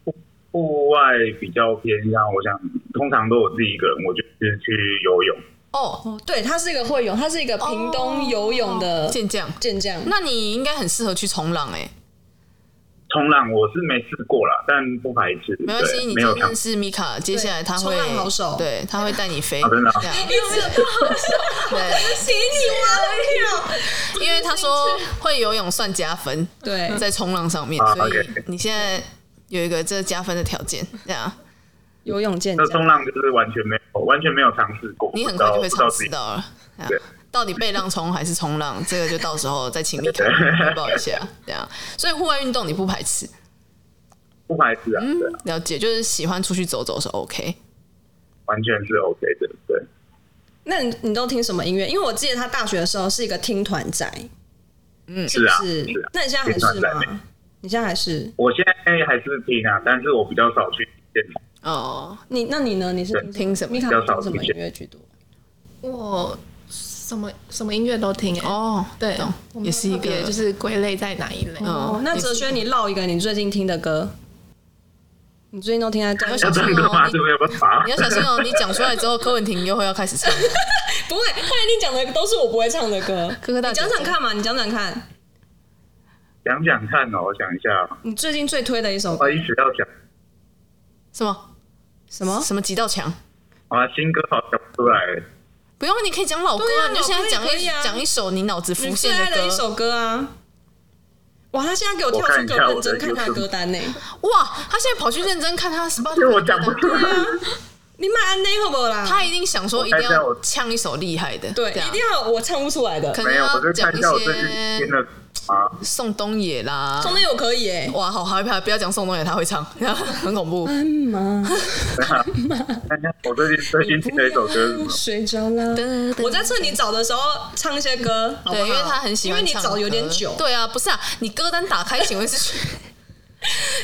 [SPEAKER 5] 户户外比较偏向，我想通常都我自己一个人，我就是去游泳。
[SPEAKER 2] 哦，
[SPEAKER 1] 哦，对，他是一个会泳，他是一个屏东游泳的
[SPEAKER 2] 健将。
[SPEAKER 1] 健将。
[SPEAKER 2] 哦那你应该很适合去冲浪哎、
[SPEAKER 5] 冲浪我是没试过啦，但不排斥。
[SPEAKER 2] 没关系，
[SPEAKER 5] 对
[SPEAKER 2] 你
[SPEAKER 5] 没有
[SPEAKER 2] 今
[SPEAKER 5] 尝
[SPEAKER 2] 天是米卡，接下来他
[SPEAKER 1] 对
[SPEAKER 2] 会
[SPEAKER 1] 冲浪好手
[SPEAKER 2] 对，他会带你飞，
[SPEAKER 5] 啊真的啊
[SPEAKER 2] 这 样
[SPEAKER 1] 直
[SPEAKER 2] 对，
[SPEAKER 1] 给你挖的
[SPEAKER 2] 因为他说会游泳算加分，
[SPEAKER 1] 对，
[SPEAKER 2] 在冲浪上面，
[SPEAKER 5] 啊
[SPEAKER 2] 所以
[SPEAKER 5] OK
[SPEAKER 2] 你现在有一个这加分的条件，这样啊
[SPEAKER 1] 游泳健
[SPEAKER 5] 那
[SPEAKER 1] 将
[SPEAKER 5] 冲。浪就是完全没有，完全没有尝试过，
[SPEAKER 2] 你很
[SPEAKER 5] 不知
[SPEAKER 2] 快
[SPEAKER 5] 道
[SPEAKER 2] 就
[SPEAKER 5] 不
[SPEAKER 2] 会
[SPEAKER 5] 知道
[SPEAKER 2] 尝
[SPEAKER 5] 自
[SPEAKER 2] 试
[SPEAKER 5] 己。
[SPEAKER 2] 到了。这样啊
[SPEAKER 5] 对
[SPEAKER 2] 到底被浪冲还是冲浪，这个就到时候再请米卡汇报一下，这样。啊所以户外运动你不排斥，
[SPEAKER 5] 不排斥啊，对啊，
[SPEAKER 2] 了解，就是喜欢出去走走是 OK。
[SPEAKER 5] 完全是 OK 的，对。
[SPEAKER 1] 那你你都听什么音乐？因为我记得他大学的时候是一个听团仔，嗯，是不是？
[SPEAKER 5] 是啊是啊
[SPEAKER 1] 那你现在还是
[SPEAKER 5] 听团仔
[SPEAKER 1] 吗？你现在还是
[SPEAKER 5] 我现在还是听啊，但是我比较少去现场。
[SPEAKER 2] 哦，
[SPEAKER 1] 你？那你呢？你是
[SPEAKER 5] 对
[SPEAKER 1] 听什么？你看
[SPEAKER 5] 比较少
[SPEAKER 1] 听什么
[SPEAKER 5] 听
[SPEAKER 1] 音乐居多？
[SPEAKER 4] 我什么什么音乐都听、欸、
[SPEAKER 2] 哦，
[SPEAKER 4] 对
[SPEAKER 2] 懂，
[SPEAKER 4] 我没
[SPEAKER 2] 也
[SPEAKER 4] 有
[SPEAKER 2] 是一
[SPEAKER 4] 特别
[SPEAKER 2] 个
[SPEAKER 4] 就，是归类在哪一类。
[SPEAKER 1] 哦
[SPEAKER 2] 嗯，，
[SPEAKER 1] 那哲轩，你唠一个你最近听的歌，你最近都听在
[SPEAKER 2] 要
[SPEAKER 1] 干？
[SPEAKER 2] 小
[SPEAKER 5] 要这
[SPEAKER 2] 心
[SPEAKER 5] 样子
[SPEAKER 2] 哦
[SPEAKER 5] 吗？，这个要不要罚
[SPEAKER 2] 你要？小心哦，你讲出来之后，柯文婷又会要开始唱。
[SPEAKER 1] 不会，他一定讲的都是我不会唱的歌。
[SPEAKER 2] 科科大
[SPEAKER 1] 你
[SPEAKER 2] 姐
[SPEAKER 1] 讲
[SPEAKER 2] 姐
[SPEAKER 1] 讲看嘛，你讲讲看，
[SPEAKER 5] 想想看哦，我想一下，
[SPEAKER 1] 你最近最推的一首歌
[SPEAKER 5] 我一直要讲，
[SPEAKER 2] 什么
[SPEAKER 1] 什么？
[SPEAKER 2] 什么几道墙？
[SPEAKER 5] 啊，新歌好想不出来，
[SPEAKER 2] 不用，你可以讲老歌
[SPEAKER 1] 对啊
[SPEAKER 2] 你就现在讲
[SPEAKER 1] 老歌也可
[SPEAKER 2] 一
[SPEAKER 1] 以啊
[SPEAKER 2] 讲一首你脑子浮
[SPEAKER 1] 你最
[SPEAKER 2] 现
[SPEAKER 1] 爱的
[SPEAKER 2] 歌。
[SPEAKER 1] 一首歌啊！哇，他现在给我跳出给我认真看他的歌单呢。
[SPEAKER 2] 哇，他现在跑去认真看他 s p o
[SPEAKER 5] 因为我讲不出来。
[SPEAKER 1] 你买安内好不好啦？
[SPEAKER 2] 他一定想说一
[SPEAKER 5] 我看
[SPEAKER 2] 定
[SPEAKER 5] 一下
[SPEAKER 2] 要
[SPEAKER 5] 我
[SPEAKER 2] 呛一首厉害的，
[SPEAKER 1] 对，
[SPEAKER 2] 这样
[SPEAKER 1] 一定要我唱不出来的
[SPEAKER 2] 可。能
[SPEAKER 5] 没有，我
[SPEAKER 2] 要
[SPEAKER 5] 就
[SPEAKER 2] 讲
[SPEAKER 5] 看
[SPEAKER 2] 一
[SPEAKER 5] 一下我最近听
[SPEAKER 2] 些
[SPEAKER 5] 的啊，
[SPEAKER 2] 宋冬野啦。
[SPEAKER 1] 中间我可以哎，
[SPEAKER 2] 哇，好害怕！不要讲宋冬野，他会唱， 很恐怖。
[SPEAKER 1] 干嘛？
[SPEAKER 5] 看一下我最近最近听的一首歌是什么？
[SPEAKER 1] 睡着了。我在趁你找的时候唱一些歌，好不好
[SPEAKER 2] 对，因为他很喜欢
[SPEAKER 1] 因为
[SPEAKER 2] 唱
[SPEAKER 1] 你
[SPEAKER 2] 歌，
[SPEAKER 1] 找有点
[SPEAKER 5] 哎
[SPEAKER 1] 久，
[SPEAKER 2] 对啊，不是啊，你歌单打开，请问是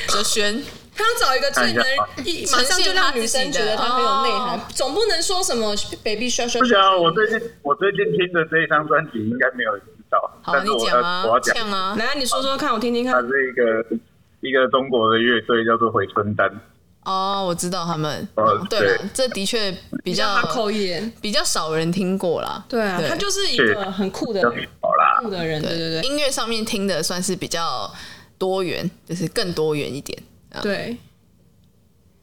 [SPEAKER 2] 哲轩？
[SPEAKER 1] 他要找一个最能一马上就让女生觉得他很有内涵，总不能说什么 baby shark
[SPEAKER 5] 不
[SPEAKER 1] shark。
[SPEAKER 5] 行啊，我最近我最近听的这一张专辑应该没有人知道，
[SPEAKER 2] 好，
[SPEAKER 5] 但
[SPEAKER 2] 你
[SPEAKER 5] 是我要
[SPEAKER 2] 讲啊
[SPEAKER 5] 我要，讲，
[SPEAKER 2] 呛啊！
[SPEAKER 1] 来，你说说看，我听听看
[SPEAKER 5] 它。是一个一个中国的乐队叫做回春丹，
[SPEAKER 2] 哦，我知道他们。
[SPEAKER 5] 哦
[SPEAKER 2] 哦对了
[SPEAKER 5] 对，
[SPEAKER 2] 这的确比
[SPEAKER 1] 比较
[SPEAKER 2] 较
[SPEAKER 1] 哈扣一点，
[SPEAKER 2] 比较少人听过啦。
[SPEAKER 1] 对啊，他就是一个很酷的人
[SPEAKER 5] 好啦，
[SPEAKER 1] 酷的人，对对对
[SPEAKER 2] 音乐上面听的算是比较多元，就是更多元一点。啊
[SPEAKER 1] 对。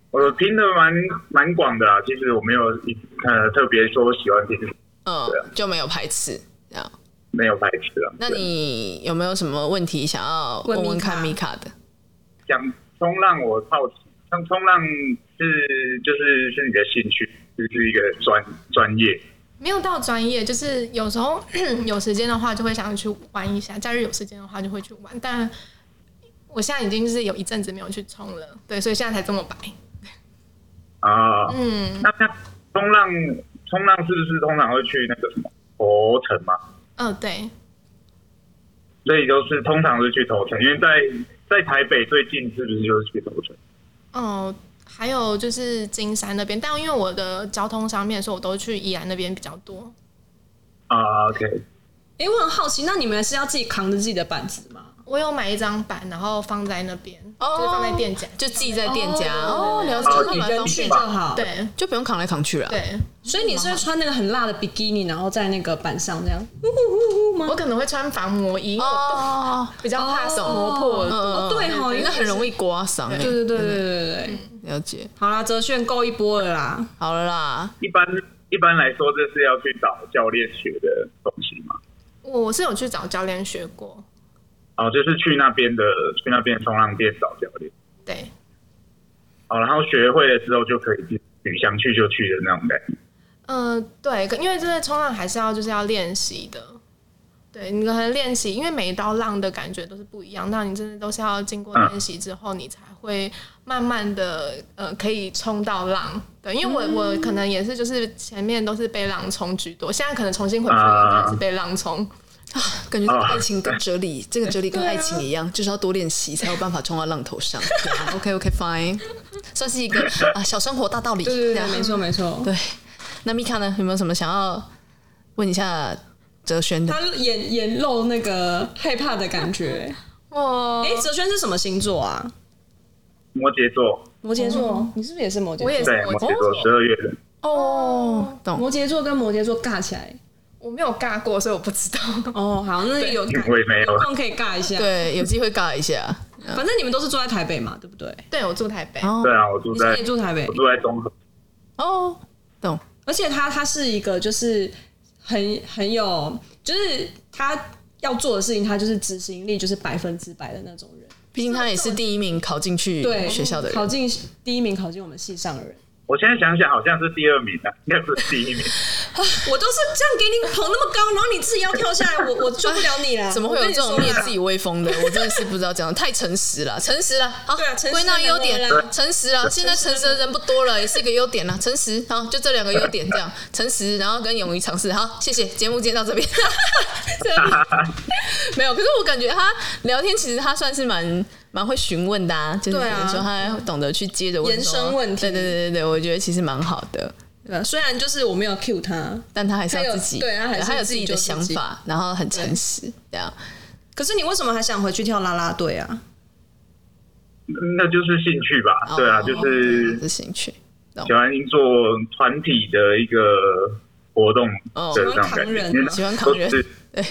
[SPEAKER 5] 我听的蛮蛮广的啦，其实我没有一呃特别说喜欢听，
[SPEAKER 2] 嗯
[SPEAKER 5] 对啊，
[SPEAKER 2] 就没有排斥这样。
[SPEAKER 5] 没有排斥啊。
[SPEAKER 2] 那
[SPEAKER 5] 对
[SPEAKER 2] 你有没有什么问题想要
[SPEAKER 1] 问
[SPEAKER 2] 问问
[SPEAKER 1] 米卡
[SPEAKER 2] 看米卡的？
[SPEAKER 5] 讲冲浪，我好奇，像冲浪是就是是你的兴趣，就是一个专专业，
[SPEAKER 4] 没有到专业，就是有时候 有时间的话就会想要去玩一下，假日有时间的话就会去玩。但我现在已经是有一阵子没有去冲了，对，所以现在才这么白。
[SPEAKER 5] 啊，
[SPEAKER 4] 嗯
[SPEAKER 5] 那那冲浪冲浪是不是通常会去那个什么佛城吗？
[SPEAKER 4] 嗯、对，
[SPEAKER 5] 所以就是通常是去头城，因为在在台北最近是不是就是去头城？
[SPEAKER 4] 哦，还有就是金山那边，但因为我的交通上面，所以我都去宜兰那边比较多。
[SPEAKER 5] 啊，OK、o k
[SPEAKER 1] 哎、我很好奇，那你们是要自己扛着自己的板子吗？
[SPEAKER 4] 我有买一张板，然后放在那边，
[SPEAKER 2] 哦
[SPEAKER 4] 就是放在店家。
[SPEAKER 2] 就寄在店家
[SPEAKER 3] 哦，了
[SPEAKER 5] 解哦
[SPEAKER 3] 解，
[SPEAKER 5] 你
[SPEAKER 3] 蛮
[SPEAKER 5] 跟
[SPEAKER 3] 方
[SPEAKER 5] 去
[SPEAKER 3] 便
[SPEAKER 5] 吧
[SPEAKER 3] 的。
[SPEAKER 1] 正好。，
[SPEAKER 4] 对
[SPEAKER 2] 就不用扛来扛去了。
[SPEAKER 4] 对，
[SPEAKER 1] 所以你是会穿那个很辣的比基尼，然后在那个板上这样。
[SPEAKER 4] 我可能会穿防磨衣，因为我
[SPEAKER 2] 哦，
[SPEAKER 4] 比较怕手磨
[SPEAKER 1] 哦
[SPEAKER 4] 破。
[SPEAKER 1] 哦
[SPEAKER 2] 嗯，
[SPEAKER 1] 对哦
[SPEAKER 2] 嗯
[SPEAKER 1] 因为
[SPEAKER 2] 那很容易刮伤。欸
[SPEAKER 1] 对对对对对对对，
[SPEAKER 2] 了解，
[SPEAKER 1] 好啦，哲炫够一波了啦。
[SPEAKER 2] 好了啦，
[SPEAKER 5] 一般一般来说，这是要去找教练学的东西嘛？
[SPEAKER 4] 嗯我我是有去找教练学过，
[SPEAKER 5] 哦，就是去那边的去那边冲浪店找教练。
[SPEAKER 4] 对，
[SPEAKER 5] 哦，然后学会了之后就可以自己想去就去的那种感觉。
[SPEAKER 4] 嗯、对，可因为这个冲浪还是要就是要练习的。对你可能练习，因为每一道浪的感觉都是不一样，那你真的都是要经过
[SPEAKER 5] 嗯
[SPEAKER 4] 练习之后，你才会慢慢的呃可以冲到浪。对，因为我、我可能也是就是前面都是被浪冲居多，现在可能重新回去
[SPEAKER 5] 啊
[SPEAKER 4] 应该是被浪冲。
[SPEAKER 2] 感觉爱情跟哲理，这个哲理跟爱情一样，就是要多练习才有办法冲到浪头上。OK OK Fine，算是一个啊小生活大道理。
[SPEAKER 1] 对对
[SPEAKER 2] 这
[SPEAKER 1] 对，
[SPEAKER 2] 样
[SPEAKER 1] 没错没错。
[SPEAKER 2] 对，那米卡呢？有没有什么想要问一下哲轩的？
[SPEAKER 1] 他眼眼露那个害怕的感觉。
[SPEAKER 4] 哦
[SPEAKER 1] 哎、哲轩是什么星座啊？
[SPEAKER 5] 摩羯座，
[SPEAKER 1] 摩羯座，你是不是也是摩羯座？
[SPEAKER 4] 我也是
[SPEAKER 5] 对，摩
[SPEAKER 4] 摩
[SPEAKER 5] 羯座十二月的。
[SPEAKER 2] 哦，懂。
[SPEAKER 1] 摩羯座跟摩羯座尬起来。
[SPEAKER 4] 我没有尬过，所以我不知道。
[SPEAKER 1] 哦，好，那有尬
[SPEAKER 5] 我也没有
[SPEAKER 1] 有空可以尬一下。
[SPEAKER 2] 对，有机会尬一下。
[SPEAKER 1] 反正你们都是住在台北嘛，对不对？
[SPEAKER 4] 对我住台 北，
[SPEAKER 2] 哦
[SPEAKER 5] 对啊，我住
[SPEAKER 1] 你
[SPEAKER 5] 在
[SPEAKER 1] 是也住台北
[SPEAKER 5] 我，住在中和。
[SPEAKER 2] 哦，懂。
[SPEAKER 1] 而且他他是一个就是很很有，就是他要做的事情，他就是执行力就是百分之百的那种人。
[SPEAKER 2] 毕竟他也是第一名考进去
[SPEAKER 1] 对，
[SPEAKER 2] 学校的
[SPEAKER 1] 考
[SPEAKER 2] 人。
[SPEAKER 1] 进第一名，考进我们系上的人，
[SPEAKER 5] 我现在想想，好像是第二名啊，应该不是第一名。
[SPEAKER 1] 我都是这样给你捧那么高，然后你自己要跳下来，我我救不了你了。
[SPEAKER 2] 怎么会有这种
[SPEAKER 1] 啊我跟你
[SPEAKER 2] 灭
[SPEAKER 1] 说啦
[SPEAKER 2] 自己威风的？我真的是不知道讲的太诚实了，诚实了，好，
[SPEAKER 1] 对啊诚实啊
[SPEAKER 2] 归纳优点
[SPEAKER 1] 能力啦，
[SPEAKER 2] 诚实了。现在诚实的人不多了，也是一个优点啦。诚实，好，就这两个优点，这样诚实，然后跟勇于尝试。好，谢谢，节目今天到这边。 没有，可是我感觉他聊天其实他算是蛮蛮会询问的、啊，就是
[SPEAKER 1] 对啊
[SPEAKER 2] 有时候他懂得去接着问
[SPEAKER 1] 延
[SPEAKER 2] 说
[SPEAKER 1] 伸问题
[SPEAKER 2] 对对对对对，我觉得其实蛮好的，
[SPEAKER 1] 对啊？虽然就是我没有 cue 他，
[SPEAKER 2] 但他还是要自己，
[SPEAKER 1] 他有对他还是
[SPEAKER 2] 有自己的
[SPEAKER 1] 自己做
[SPEAKER 2] 想
[SPEAKER 1] 自己
[SPEAKER 2] 法，然后很诚实，这样。
[SPEAKER 1] 可是你为什么还想回去跳啦啦队 啊？
[SPEAKER 5] 那就是兴趣吧，对啊，
[SPEAKER 2] 哦
[SPEAKER 5] 就是
[SPEAKER 2] 这兴趣。懂
[SPEAKER 5] 喜欢做团体的一个活动的
[SPEAKER 2] 哦
[SPEAKER 5] 那种感觉，因为
[SPEAKER 2] 喜欢扛人
[SPEAKER 5] 都是
[SPEAKER 2] 对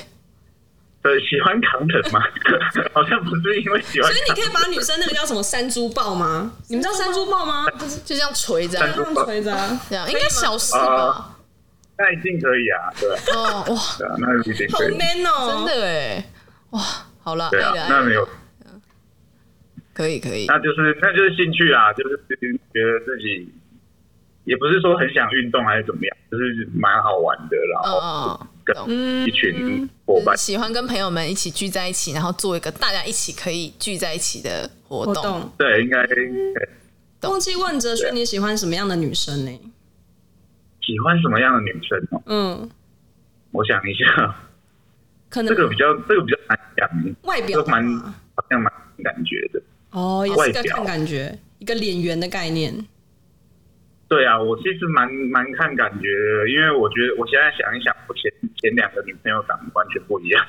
[SPEAKER 5] 对，喜欢扛人嘛， 好像不是因为喜欢
[SPEAKER 1] 所以
[SPEAKER 5] 扛
[SPEAKER 1] 你可以把女生那个叫什么山猪抱吗？你们知道山猪抱吗？
[SPEAKER 2] 就这样垂着啊，
[SPEAKER 5] 山猪
[SPEAKER 1] 这样垂着 啊，
[SPEAKER 2] 这样应该小事吧
[SPEAKER 5] 啊？那一定可以啊，对啊，
[SPEAKER 2] 哦，哇，
[SPEAKER 5] 对啊，那一定
[SPEAKER 1] 好
[SPEAKER 5] 可以，
[SPEAKER 1] man 哦、
[SPEAKER 2] 真的哎，哇，好了，爱
[SPEAKER 5] 嗯对
[SPEAKER 2] 了
[SPEAKER 5] 啊，
[SPEAKER 2] 爱
[SPEAKER 5] 那
[SPEAKER 2] 了，
[SPEAKER 5] 没有，
[SPEAKER 2] 可以可以，
[SPEAKER 5] 那就是那就是兴趣啊，就是觉得自己也不是说很想运动还是怎么样，就是蛮好玩的，然
[SPEAKER 2] 嗯
[SPEAKER 5] 后
[SPEAKER 2] 嗯，
[SPEAKER 5] 跟
[SPEAKER 2] 懂嗯
[SPEAKER 5] 一群伙
[SPEAKER 2] 就
[SPEAKER 5] 伴
[SPEAKER 2] 是喜欢跟朋友们一起聚在一起，然后做一个大家一起可以聚在一起的活
[SPEAKER 1] 活
[SPEAKER 2] 动。
[SPEAKER 1] 动。
[SPEAKER 5] 对，应该
[SPEAKER 1] 忘记问哲轩你喜欢什么样的女生呢、
[SPEAKER 5] 喜欢什么样的女生哦？
[SPEAKER 1] 嗯，
[SPEAKER 5] 我想一下，
[SPEAKER 1] 可
[SPEAKER 5] 这
[SPEAKER 1] 能
[SPEAKER 5] 个比较这个比较难讲，
[SPEAKER 1] 外表
[SPEAKER 5] 这
[SPEAKER 1] 吧
[SPEAKER 5] 个蛮好像蛮感觉的。
[SPEAKER 1] 哦，也是
[SPEAKER 5] 外
[SPEAKER 1] 个
[SPEAKER 5] 表
[SPEAKER 1] 看感觉，一个脸圆的概 念。
[SPEAKER 5] 对啊，我其实蛮蛮看感觉的，因为我觉得我现在想一想，我前前两个女朋友长得完全不一样，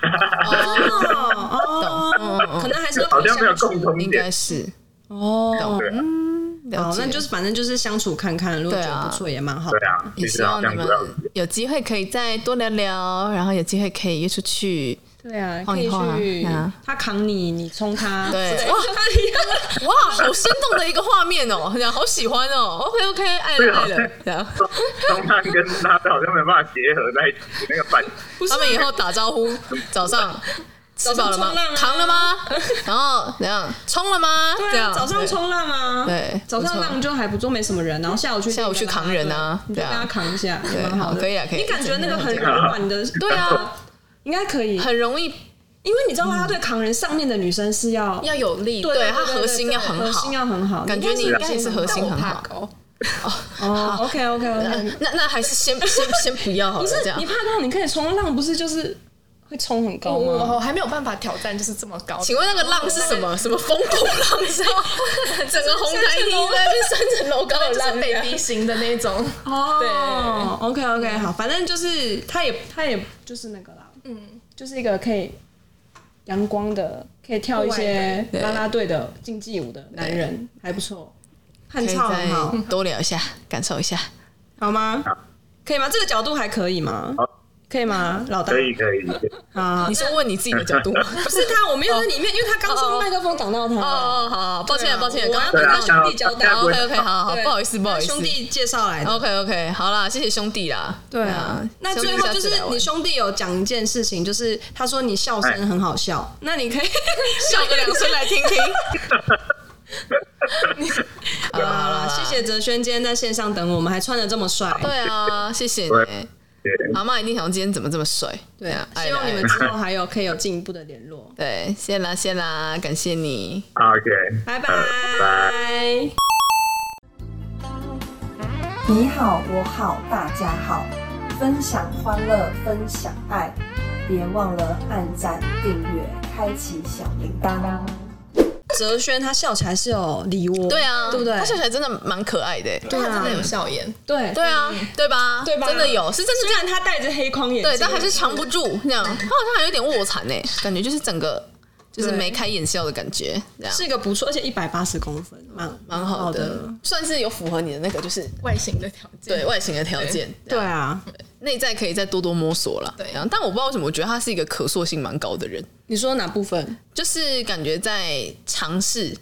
[SPEAKER 1] 哦
[SPEAKER 2] 嗯
[SPEAKER 1] 哦，
[SPEAKER 2] 嗯
[SPEAKER 1] 可能还是要
[SPEAKER 5] 好像没
[SPEAKER 1] 相
[SPEAKER 5] 有
[SPEAKER 1] 处
[SPEAKER 5] 共同
[SPEAKER 2] 应
[SPEAKER 5] 点
[SPEAKER 2] 该。是，
[SPEAKER 1] 哦。
[SPEAKER 5] 对啊，
[SPEAKER 2] 了
[SPEAKER 1] 好，
[SPEAKER 2] 解
[SPEAKER 1] 哦那就是反正就是相处看看，如果觉
[SPEAKER 2] 对啊
[SPEAKER 1] 得不错也蛮好
[SPEAKER 5] 对。啊，其
[SPEAKER 2] 也希
[SPEAKER 5] 实好
[SPEAKER 2] 望
[SPEAKER 5] 像
[SPEAKER 2] 你
[SPEAKER 5] 不
[SPEAKER 2] 们
[SPEAKER 5] 要
[SPEAKER 2] 有机会可以再多聊聊，然后有机会可以约出去。
[SPEAKER 1] 对啊，
[SPEAKER 2] 晃
[SPEAKER 1] 可
[SPEAKER 2] 一
[SPEAKER 1] 以
[SPEAKER 2] 晃啊
[SPEAKER 1] 去
[SPEAKER 2] 嗯
[SPEAKER 1] 他扛你，你冲他。
[SPEAKER 2] 对，哇 哇，好生动的一个画面哦， 这样好喜欢哦。OK OK，爱
[SPEAKER 5] 对
[SPEAKER 2] 了
[SPEAKER 5] 啊
[SPEAKER 2] 爱了，这样。
[SPEAKER 5] 东汉跟他好像没办法结合在一起，那个版
[SPEAKER 1] 不是 啊
[SPEAKER 2] 他们以后打 招呼，早上吃饱了吗
[SPEAKER 1] 早上冲浪？啊
[SPEAKER 2] 扛了吗？ 然后怎样？冲了吗？这
[SPEAKER 1] 对啊，
[SPEAKER 2] 样
[SPEAKER 1] 早上。冲浪啊，
[SPEAKER 2] 对
[SPEAKER 1] 早上浪就还不错，没什么人，然后下午去
[SPEAKER 2] 下午去扛人啊
[SPEAKER 1] 你就
[SPEAKER 2] 对啊
[SPEAKER 1] 跟他扛一下，也
[SPEAKER 2] 对
[SPEAKER 1] 蛮好的，
[SPEAKER 2] 好可以啊可以
[SPEAKER 1] 你感觉那个很
[SPEAKER 2] 真
[SPEAKER 1] 柔
[SPEAKER 5] 的很
[SPEAKER 1] 软的，对啊，应该可以
[SPEAKER 2] 对，很容易，
[SPEAKER 1] 因为你知道啦啦队扛人上面的女生是要，
[SPEAKER 4] 要有力，
[SPEAKER 1] 对
[SPEAKER 2] 对她核心要很好
[SPEAKER 1] 核心要很好，
[SPEAKER 2] 感觉你应该也是核心很
[SPEAKER 4] 怕
[SPEAKER 2] 好。
[SPEAKER 4] 狗。
[SPEAKER 2] 嗯
[SPEAKER 1] 哦，OK OK
[SPEAKER 2] 呃
[SPEAKER 1] OK，
[SPEAKER 2] 那那还是先先先不要好
[SPEAKER 1] 不
[SPEAKER 2] 了，
[SPEAKER 1] 是
[SPEAKER 2] 这样
[SPEAKER 1] 你。怕痛，你可以冲浪，不是就是会冲很高
[SPEAKER 4] 我
[SPEAKER 1] 吗？
[SPEAKER 4] 我还没有办法挑战，就是这么高。
[SPEAKER 2] 请问那个浪是什么？什么风口 浪是吗？整个红台梯在那边三层楼高的
[SPEAKER 4] 就是
[SPEAKER 2] 浪这
[SPEAKER 4] 北
[SPEAKER 2] 样，
[SPEAKER 4] 鼻型的那种，
[SPEAKER 1] 哦，OK OK，好，反正就是它也它也就是那个啦，嗯，就是一个可以阳光的，可以跳一些
[SPEAKER 2] 对
[SPEAKER 1] 啦啦队的竞技舞的男人，还不错，
[SPEAKER 2] 可
[SPEAKER 1] 汉
[SPEAKER 2] 以
[SPEAKER 1] 超很 好
[SPEAKER 2] 再，多聊一下，感受一下。
[SPEAKER 1] 好吗？可以吗？这个角度还可以吗？可以吗，老大？
[SPEAKER 5] 可以可以，
[SPEAKER 1] 啊
[SPEAKER 2] 你，是问你自己的角 度吗？
[SPEAKER 1] 不是他，我没有在里面，因为他刚说麦克风挡到他
[SPEAKER 2] 哦
[SPEAKER 1] 了，
[SPEAKER 2] 哦，好，抱歉抱歉，
[SPEAKER 1] 我
[SPEAKER 2] 刚
[SPEAKER 1] 要跟
[SPEAKER 2] 刚
[SPEAKER 5] 对啊
[SPEAKER 1] 他兄弟交代
[SPEAKER 5] 大家。
[SPEAKER 2] OK OK，好好，
[SPEAKER 1] 对
[SPEAKER 2] 不好意思不好意思，
[SPEAKER 1] 兄弟介绍来的。
[SPEAKER 2] OK OK，好啦，谢谢兄弟啦。
[SPEAKER 1] 对啊，那最后就是你兄弟有讲一件事情，就是他说你笑声很好笑，那你可以
[SPEAKER 2] 笑个两声来听听。
[SPEAKER 1] 好啦好啦，呃谢谢哲轩今天在线上等我们，还穿的这么帅，
[SPEAKER 2] 对啊，谢谢你
[SPEAKER 5] 对。对
[SPEAKER 2] 阿妈一定想今天怎么这么帅？
[SPEAKER 1] 对啊，
[SPEAKER 2] 爱
[SPEAKER 1] 希
[SPEAKER 2] 的
[SPEAKER 1] 望你们之后还有可以有进一步的联络，
[SPEAKER 2] 对，谢啦谢啦，感谢你。
[SPEAKER 5] ，OK，
[SPEAKER 1] 拜拜
[SPEAKER 5] 呃拜。
[SPEAKER 6] 你好，我好，大家好，分享欢乐，分享爱，别忘了按赞、订阅、开启小铃铛。
[SPEAKER 1] 哲轩他笑起来是有梨窝，
[SPEAKER 2] 对啊，
[SPEAKER 1] 对不对
[SPEAKER 2] 他？笑起来真的蛮可爱的。
[SPEAKER 1] 对啊
[SPEAKER 4] 真的有笑颜。
[SPEAKER 1] 对
[SPEAKER 2] 对啊，对吧？
[SPEAKER 1] 对吧
[SPEAKER 2] 真的有，是真的
[SPEAKER 1] 虽然他戴着黑框眼镜，
[SPEAKER 2] 对，但还是藏不住这样。他好像还有点卧蚕诶，感觉就是整个就是
[SPEAKER 1] 对
[SPEAKER 2] 眉开眼笑的感觉，这样
[SPEAKER 1] 是一个不错，而且一百八十公分，蛮
[SPEAKER 2] 蛮好的，算是有符合你的那个就是
[SPEAKER 4] 外形的条件，
[SPEAKER 2] 对外形的条件。
[SPEAKER 1] 对啊，
[SPEAKER 2] 内在可以再多多摸索了。
[SPEAKER 4] 对
[SPEAKER 2] 然后但我不知道为什么，我觉得他是一个可塑性蛮高的人，
[SPEAKER 1] 你说哪部分？
[SPEAKER 2] 就是感觉在尝试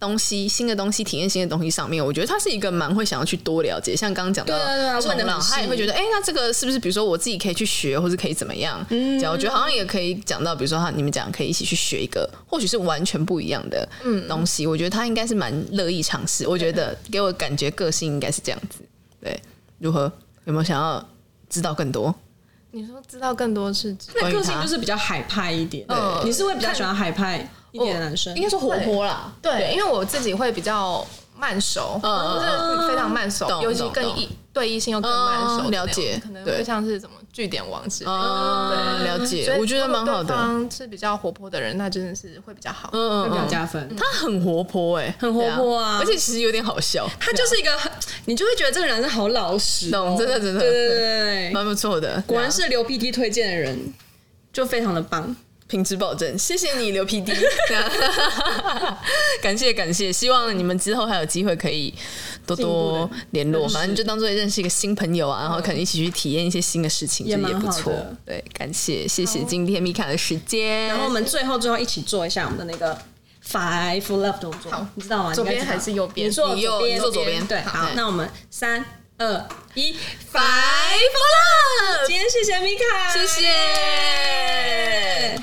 [SPEAKER 2] 东西、新的东西、体验新的东西上面，我觉得他是一个蛮会想要去多了解。像刚刚讲到
[SPEAKER 1] 对啊对啊
[SPEAKER 2] 冲
[SPEAKER 1] 问得
[SPEAKER 2] 浪，
[SPEAKER 1] 很细
[SPEAKER 2] 他也会觉得，哎、那这个是不是比如说我自己可以去学，或是可以怎么样？嗯，我觉得好像也可以讲到，比如说哈，你们讲可以一起去学一个，或许是完全不一样的东西。
[SPEAKER 1] 嗯
[SPEAKER 2] 我觉得他应该是蛮乐意尝试。我觉得给我感觉个性应该是这样子。对，如何有没有想要知道更多？
[SPEAKER 4] 你说知道更多是指
[SPEAKER 1] 那
[SPEAKER 2] 关于
[SPEAKER 1] 个性
[SPEAKER 2] 他
[SPEAKER 1] 就是比较海派一点，
[SPEAKER 2] 对
[SPEAKER 1] 你是会比较喜欢海派一点的男生，
[SPEAKER 2] 应该说活泼啦，
[SPEAKER 4] 对，因为我自己会比较慢熟，
[SPEAKER 2] 嗯
[SPEAKER 4] 就是非常慢熟
[SPEAKER 2] 懂，
[SPEAKER 4] 尤其
[SPEAKER 2] 懂
[SPEAKER 4] 跟
[SPEAKER 2] 懂
[SPEAKER 4] 异对异性又更慢熟
[SPEAKER 2] 嗯
[SPEAKER 4] 的那种，
[SPEAKER 2] 了解
[SPEAKER 4] 可能
[SPEAKER 2] 对
[SPEAKER 4] 会像是什么据点王之类的。
[SPEAKER 2] 嗯，了解
[SPEAKER 4] 所，以
[SPEAKER 2] 我觉得
[SPEAKER 4] 如果
[SPEAKER 2] 蛮好
[SPEAKER 4] 对
[SPEAKER 2] 的，
[SPEAKER 4] 方是比较活泼的人，那真的是会比较好。
[SPEAKER 1] 会
[SPEAKER 2] 嗯
[SPEAKER 1] 比较
[SPEAKER 2] 嗯，
[SPEAKER 1] 加分。
[SPEAKER 2] 他很活泼哎，
[SPEAKER 1] 很活泼啊
[SPEAKER 2] 对而且其实有点好笑，
[SPEAKER 1] 他就是一个很，你就会觉得这个男生好老实哦，
[SPEAKER 2] 懂真的真的
[SPEAKER 1] 对对嗯对对啊对，
[SPEAKER 2] 蛮不错的，啊
[SPEAKER 1] 果然是刘 PD 推荐的人，就非常的棒。
[SPEAKER 2] 品质保证，谢谢你刘 PD，对啊感谢感谢，希望你们之后还有机会可以多多联络，反正就当做认识一个新朋友啊，然后可能一起去体验一些新的事情，
[SPEAKER 1] 也
[SPEAKER 2] 这也
[SPEAKER 1] 蛮
[SPEAKER 2] 不
[SPEAKER 1] 好
[SPEAKER 2] 错
[SPEAKER 1] 的，
[SPEAKER 2] 对，感谢谢谢今天米卡的时间，
[SPEAKER 1] 然后我们最后最后一起做一下我们的那个 Five Love 动作，你知道吗？
[SPEAKER 4] 左边
[SPEAKER 1] 你应该知道
[SPEAKER 4] 还是右边
[SPEAKER 1] 你坐
[SPEAKER 2] 你右
[SPEAKER 1] 左边，
[SPEAKER 2] 你坐左边
[SPEAKER 1] 对，
[SPEAKER 2] 好
[SPEAKER 1] 好
[SPEAKER 2] 对，
[SPEAKER 1] 那我们三二一
[SPEAKER 2] Five Love
[SPEAKER 1] 今天谢谢米卡，
[SPEAKER 2] 谢谢。